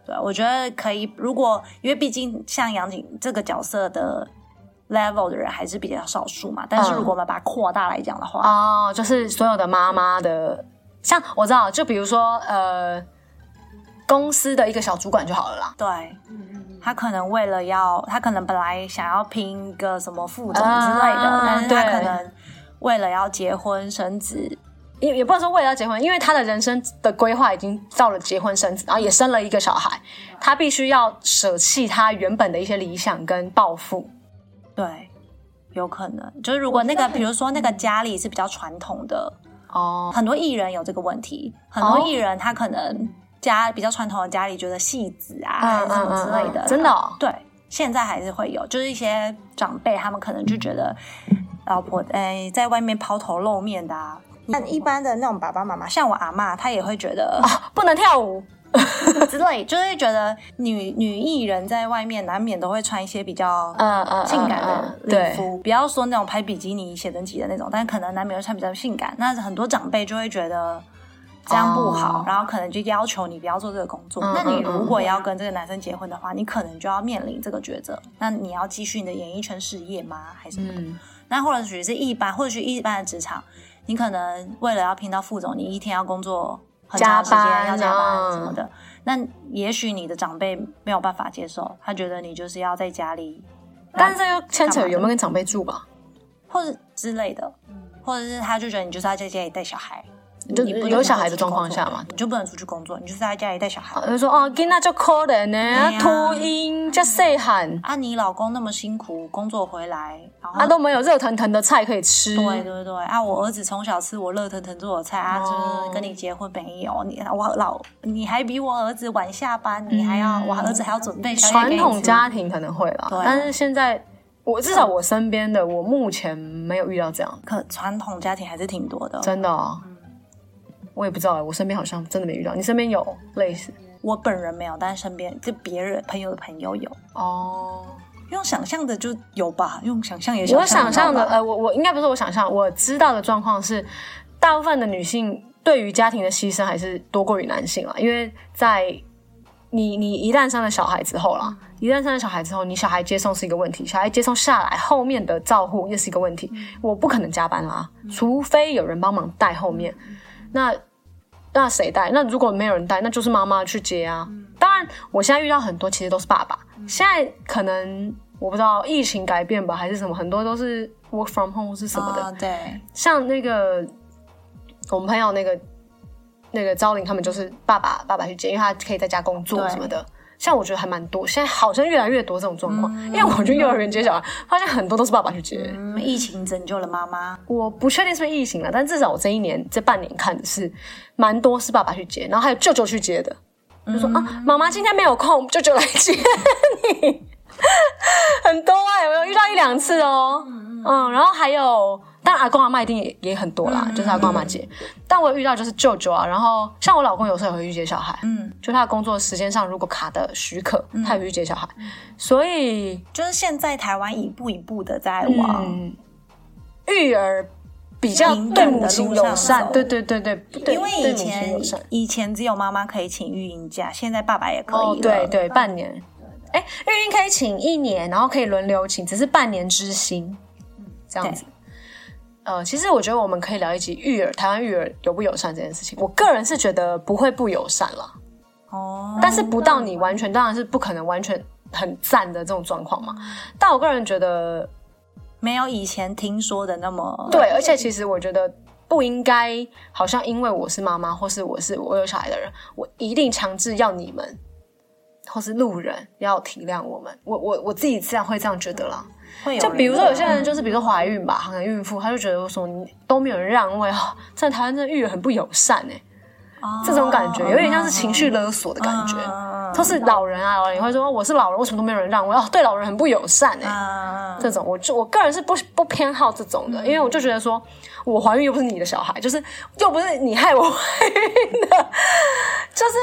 [SPEAKER 1] 对，我觉得可以。如果因为毕竟像杨景这个角色的 level 的人还是比较少数嘛，但是如果我们把它扩大来讲的话，
[SPEAKER 2] 嗯哦，就是所有的妈妈的，像我知道，就比如说呃，公司的一个小主管就好了啦。
[SPEAKER 1] 对。他可能为了要，他可能本来想要拼一个什么副总之类的，
[SPEAKER 2] 啊
[SPEAKER 1] 但是他
[SPEAKER 2] 对
[SPEAKER 1] 可能为了要结婚生子，
[SPEAKER 2] 也也不能说为了要结婚，因为他的人生的规划已经到了结婚生子，然后也生了一个小孩，他必须要舍弃他原本的一些理想跟抱负。
[SPEAKER 1] 对，有可能就是如果那个，比如说那个家里是比较传统的，
[SPEAKER 2] 哦，
[SPEAKER 1] 很多艺人有这个问题，很
[SPEAKER 2] 哦
[SPEAKER 1] 多艺人他可能家比较传统的家里觉得戏子啊，
[SPEAKER 2] 嗯
[SPEAKER 1] 还是什么之类
[SPEAKER 2] 嗯嗯
[SPEAKER 1] 的，
[SPEAKER 2] 嗯真的哦
[SPEAKER 1] 对，现在还是会有，就是一些长辈他们可能就觉得老婆哎在外面抛头露面的啊。但一般的那种爸爸妈妈，哦像我阿妈，她也会觉得
[SPEAKER 2] 不能跳舞，
[SPEAKER 1] 之类，就是会觉得女女艺人在外面难免都会穿一些比较
[SPEAKER 2] 嗯嗯，
[SPEAKER 1] 性感的
[SPEAKER 2] 嗯对
[SPEAKER 1] 礼服，不要说那种拍比基尼、写真集的那种，但可能难免会穿比较性感。那很多长辈就会觉得这样不好，
[SPEAKER 2] 哦
[SPEAKER 1] 然后可能就要求你不要做这个工作。
[SPEAKER 2] 嗯
[SPEAKER 1] 那你
[SPEAKER 2] 嗯嗯
[SPEAKER 1] 如果要跟这个男生结婚的话，你可能就要面临这个抉择。那你要继续你的演艺圈事业吗？还是、
[SPEAKER 2] 嗯，
[SPEAKER 1] 那或者许是一般，或者是一般的职场，你可能为了要拼到副总，你一天要工作很长时间，
[SPEAKER 2] 加班
[SPEAKER 1] 要加
[SPEAKER 2] 啊
[SPEAKER 1] 班什么的。那也许你的长辈没有办法接受，他觉得你就是要在家里
[SPEAKER 2] 但是这又牵扯有没有跟长辈住吧？
[SPEAKER 1] 或者之类的，或者是他就觉得你就是要在家里带小孩，
[SPEAKER 2] 嗯就
[SPEAKER 1] 你不能
[SPEAKER 2] 有小
[SPEAKER 1] 让他
[SPEAKER 2] 孩
[SPEAKER 1] 出
[SPEAKER 2] 的
[SPEAKER 1] 去
[SPEAKER 2] 状况
[SPEAKER 1] 工作
[SPEAKER 2] 下嘛，
[SPEAKER 1] 你就不能出去工作，你就是在家里带小孩。
[SPEAKER 2] 就说哦，囡仔就可怜呢，
[SPEAKER 1] 呀
[SPEAKER 2] 秃鹰加细汉，
[SPEAKER 1] 啊，你老公那么辛苦工作回来，然后
[SPEAKER 2] 啊都没有热腾腾的菜可以吃，
[SPEAKER 1] 对对对，啊，我儿子从小吃我热腾腾做的菜
[SPEAKER 2] 哦
[SPEAKER 1] 啊，就是跟你结婚没有？你我老你还比我儿子晚下班，你还要我儿子还要准备宵夜给你
[SPEAKER 2] 嗯传统
[SPEAKER 1] 吃
[SPEAKER 2] 家庭可能会啦，
[SPEAKER 1] 对啊
[SPEAKER 2] 但是现在我至少我身边的，我目前没有遇到这样，
[SPEAKER 1] 可传统家庭还是挺多的。
[SPEAKER 2] 真的、哦。我也不知道、欸，我身边好像真的没遇到。你身边有类似
[SPEAKER 1] 我本人没有，但是身边就别人朋友的朋友有，
[SPEAKER 2] 哦？
[SPEAKER 1] 用想象的就有吧，用想象也
[SPEAKER 2] 我想象的，
[SPEAKER 1] 得到吧
[SPEAKER 2] 呃，我我应该不是我想象，我知道的状况是，大部分的女性对于家庭的牺牲还是多过于男性啊，因为在你你一旦生了小孩之后啦，一旦生了小孩之后，你小孩接送是一个问题，小孩接送下来后面的照护又是一个问题，我不可能加班啦，除非有人帮忙带后面，那。那谁带？那如果没有人带，那就是妈妈去接啊。当然，我现在遇到很多其实都是爸爸。现在可能我不知道疫情改变吧，还是什么，很多都是 work from home 或是什么的。
[SPEAKER 1] 啊对，
[SPEAKER 2] 像那个我们朋友那个那个昭玲他们就是爸爸爸爸去接，因为他可以在家工作
[SPEAKER 1] 对
[SPEAKER 2] 什么的。像我觉得还蛮多，现在好像越来越多这种状况。因为我去幼儿园接小孩，发现很多都是爸爸去接。
[SPEAKER 1] 嗯，疫情拯救了妈妈，
[SPEAKER 2] 我不确定是不是疫情了，但至少我这一年这半年看的是蛮多是爸爸去接，然后还有舅舅去接的，就说、啊，妈妈今天没有空，舅舅来接你， 很多啊，有没有遇到一两次哦？嗯，然后还有，当然阿公阿妈一定也也很多啦，就是阿公阿妈接，但我有遇到就是舅舅啊，然后像我老公有时候也会去接小孩，嗯，就他的工作时间上如果卡的许可，他也会去接小孩，所以
[SPEAKER 1] 就是现在台湾一步一步的在往、
[SPEAKER 2] 嗯，育儿比较对母亲友善，对对对对，对
[SPEAKER 1] 因为
[SPEAKER 2] 对
[SPEAKER 1] 以
[SPEAKER 2] 母亲
[SPEAKER 1] 前
[SPEAKER 2] 友善
[SPEAKER 1] 以前只有妈妈可以请育婴假，现在爸爸也可以了。
[SPEAKER 2] 哦，对对，半年。哎，育婴可以请一年，然后可以轮流请，只是半年之薪，这样子。呃，其实我觉得我们可以聊一集育儿，台湾育儿友不友善这件事情。我个人是觉得不会不友善了，
[SPEAKER 1] 哦，
[SPEAKER 2] 但是不到你完全，当然是不可能完全很赞的这种状况嘛。但我个人觉得
[SPEAKER 1] 没有以前听说的那么
[SPEAKER 2] 对，而且其实我觉得不应该，好像因为我是妈妈，或是我是我有小孩的人，我一定强制要你们，或是路人要体谅我们。我我我自己自然会这样觉得啦。
[SPEAKER 1] 会有
[SPEAKER 2] 就
[SPEAKER 1] 人
[SPEAKER 2] 比如说有些人
[SPEAKER 1] 嗯
[SPEAKER 2] 就是比如说怀孕吧，可能孕妇她就觉得说你都没有人让位啊，在台湾真的育儿很不友善哎、
[SPEAKER 1] 哦
[SPEAKER 2] 这种感觉有点像是情绪勒索的感觉。
[SPEAKER 1] 嗯
[SPEAKER 2] 都是老人啊，老人也会说我是老人，为什么都没有人让位？哦，对老人很不友善哎、
[SPEAKER 1] 嗯嗯
[SPEAKER 2] 这种，我就我个人是不不偏好这种的，因为我就觉得说，我怀孕又不是你的小孩，就是又不是你害我怀孕的，就是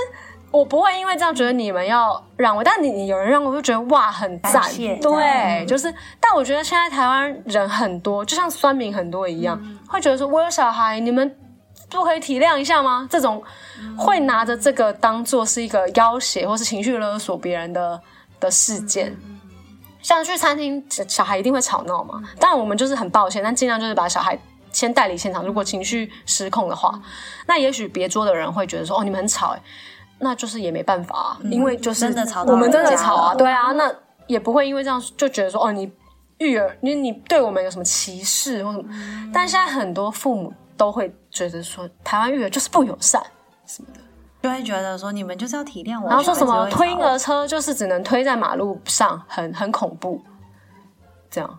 [SPEAKER 2] 我不会因为这样觉得你们要让我，但你你有人让我，我就觉得哇很赞
[SPEAKER 1] 感谢，
[SPEAKER 2] 对，
[SPEAKER 1] 嗯
[SPEAKER 2] 就是，但我觉得现在台湾人很多，就像酸民很多一样，
[SPEAKER 1] 嗯
[SPEAKER 2] 会觉得说我有小孩，你们。不可以体谅一下吗？这种
[SPEAKER 1] 嗯
[SPEAKER 2] 会拿着这个当做是一个要挟或是情绪勒索别人的的事件，
[SPEAKER 1] 嗯
[SPEAKER 2] 像去餐厅，小小孩一定会吵闹嘛。
[SPEAKER 1] 嗯
[SPEAKER 2] 当然，我们就是很抱歉，但尽量就是把小孩先带离现场。如果情绪失控的
[SPEAKER 1] 嗯
[SPEAKER 2] 话，那也许别桌的人会觉得说：“哦，你们很吵、欸。”那就是也没办法、啊，因为就
[SPEAKER 1] 嗯
[SPEAKER 2] 是
[SPEAKER 1] 真的吵到
[SPEAKER 2] 我们真的
[SPEAKER 1] 人家
[SPEAKER 2] 吵啊，
[SPEAKER 1] 了
[SPEAKER 2] 对啊，那也不会因为这样就觉得说：“哦，你育儿，你你对我们有什么歧视或什么？”
[SPEAKER 1] 嗯
[SPEAKER 2] 但现在很多父母都会觉得说，台湾育儿就是不友善。
[SPEAKER 1] 就会觉得说你们就是要体谅我，
[SPEAKER 2] 然后说什么
[SPEAKER 1] 小孩子
[SPEAKER 2] 推
[SPEAKER 1] 会吵
[SPEAKER 2] 婴儿车就是只能推在马路上，很很恐怖，这样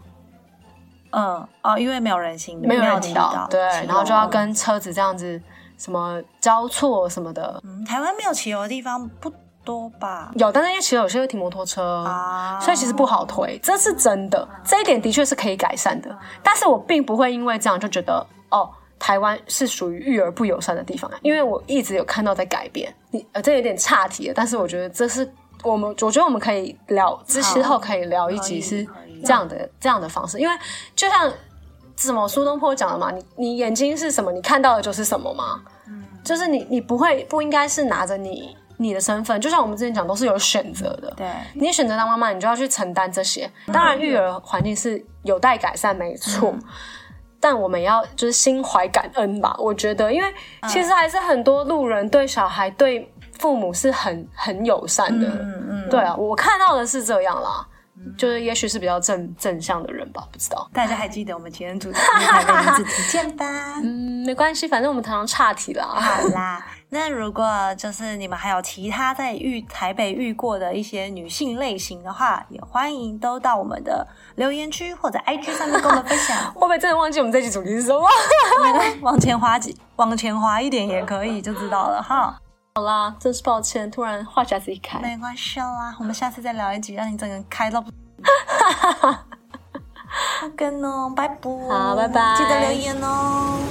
[SPEAKER 1] 嗯哦，因为没有人行，
[SPEAKER 2] 没有人
[SPEAKER 1] 提
[SPEAKER 2] 听到，对，
[SPEAKER 1] 骑楼
[SPEAKER 2] 然后就要跟车子这样子什么交错什么的，
[SPEAKER 1] 嗯台湾没有骑楼的地方不多吧？
[SPEAKER 2] 有，但是因为其实有些会停摩托车，
[SPEAKER 1] 啊，
[SPEAKER 2] 所以其实不好推，这是真的，这一点的确是可以改善的。但是我并不会因为这样就觉得哦，台湾是属于育儿不友善的地方，啊因为我一直有看到在改变。你呃，这有点岔题了，但是我觉得这是我们，我觉得我们可以聊，之之后可以聊一集
[SPEAKER 1] 可以
[SPEAKER 2] 是
[SPEAKER 1] 可以
[SPEAKER 2] 这样的这样的方式，因为就像什么苏东坡讲的嘛，你你眼睛是什么，你看到的就是什么嘛。
[SPEAKER 1] 嗯
[SPEAKER 2] 就是你，你不会不应该是拿着你你的身份，就像我们之前讲，都是有选择的。
[SPEAKER 1] 对
[SPEAKER 2] 你选择当妈妈，你就要去承担这些。当然，育儿环境是有待改善，没错。但我们要就是心怀感恩吧，我觉得，因为其实还是很多路人对小孩、对父母是很很友善的。
[SPEAKER 1] 嗯嗯，
[SPEAKER 2] 对啊，我看到的是这样啦。就是也许是比较正正向的人吧，不知道。
[SPEAKER 1] 大家还记得我们情人组的台北名字推荐吧？
[SPEAKER 2] 嗯，没关系，反正我们常常岔题啦。
[SPEAKER 1] 好啦，那如果就是你们还有其他在遇台北遇过的一些女性类型的话，也欢迎都到我们的留言区或者 IG 上面跟我们分 享。
[SPEAKER 2] 会不会真的忘记我们这期主题是什 么？
[SPEAKER 1] 没关系往前滑几，往前滑一点也可以，就知道了 哈。
[SPEAKER 2] 好啦，啊真是抱歉，突然话匣子一开。
[SPEAKER 1] 没关系啦，我们下次再聊一集，让你整个开 到不。好跟哦，拜拜。
[SPEAKER 2] 好拜拜
[SPEAKER 1] 记得留言哦。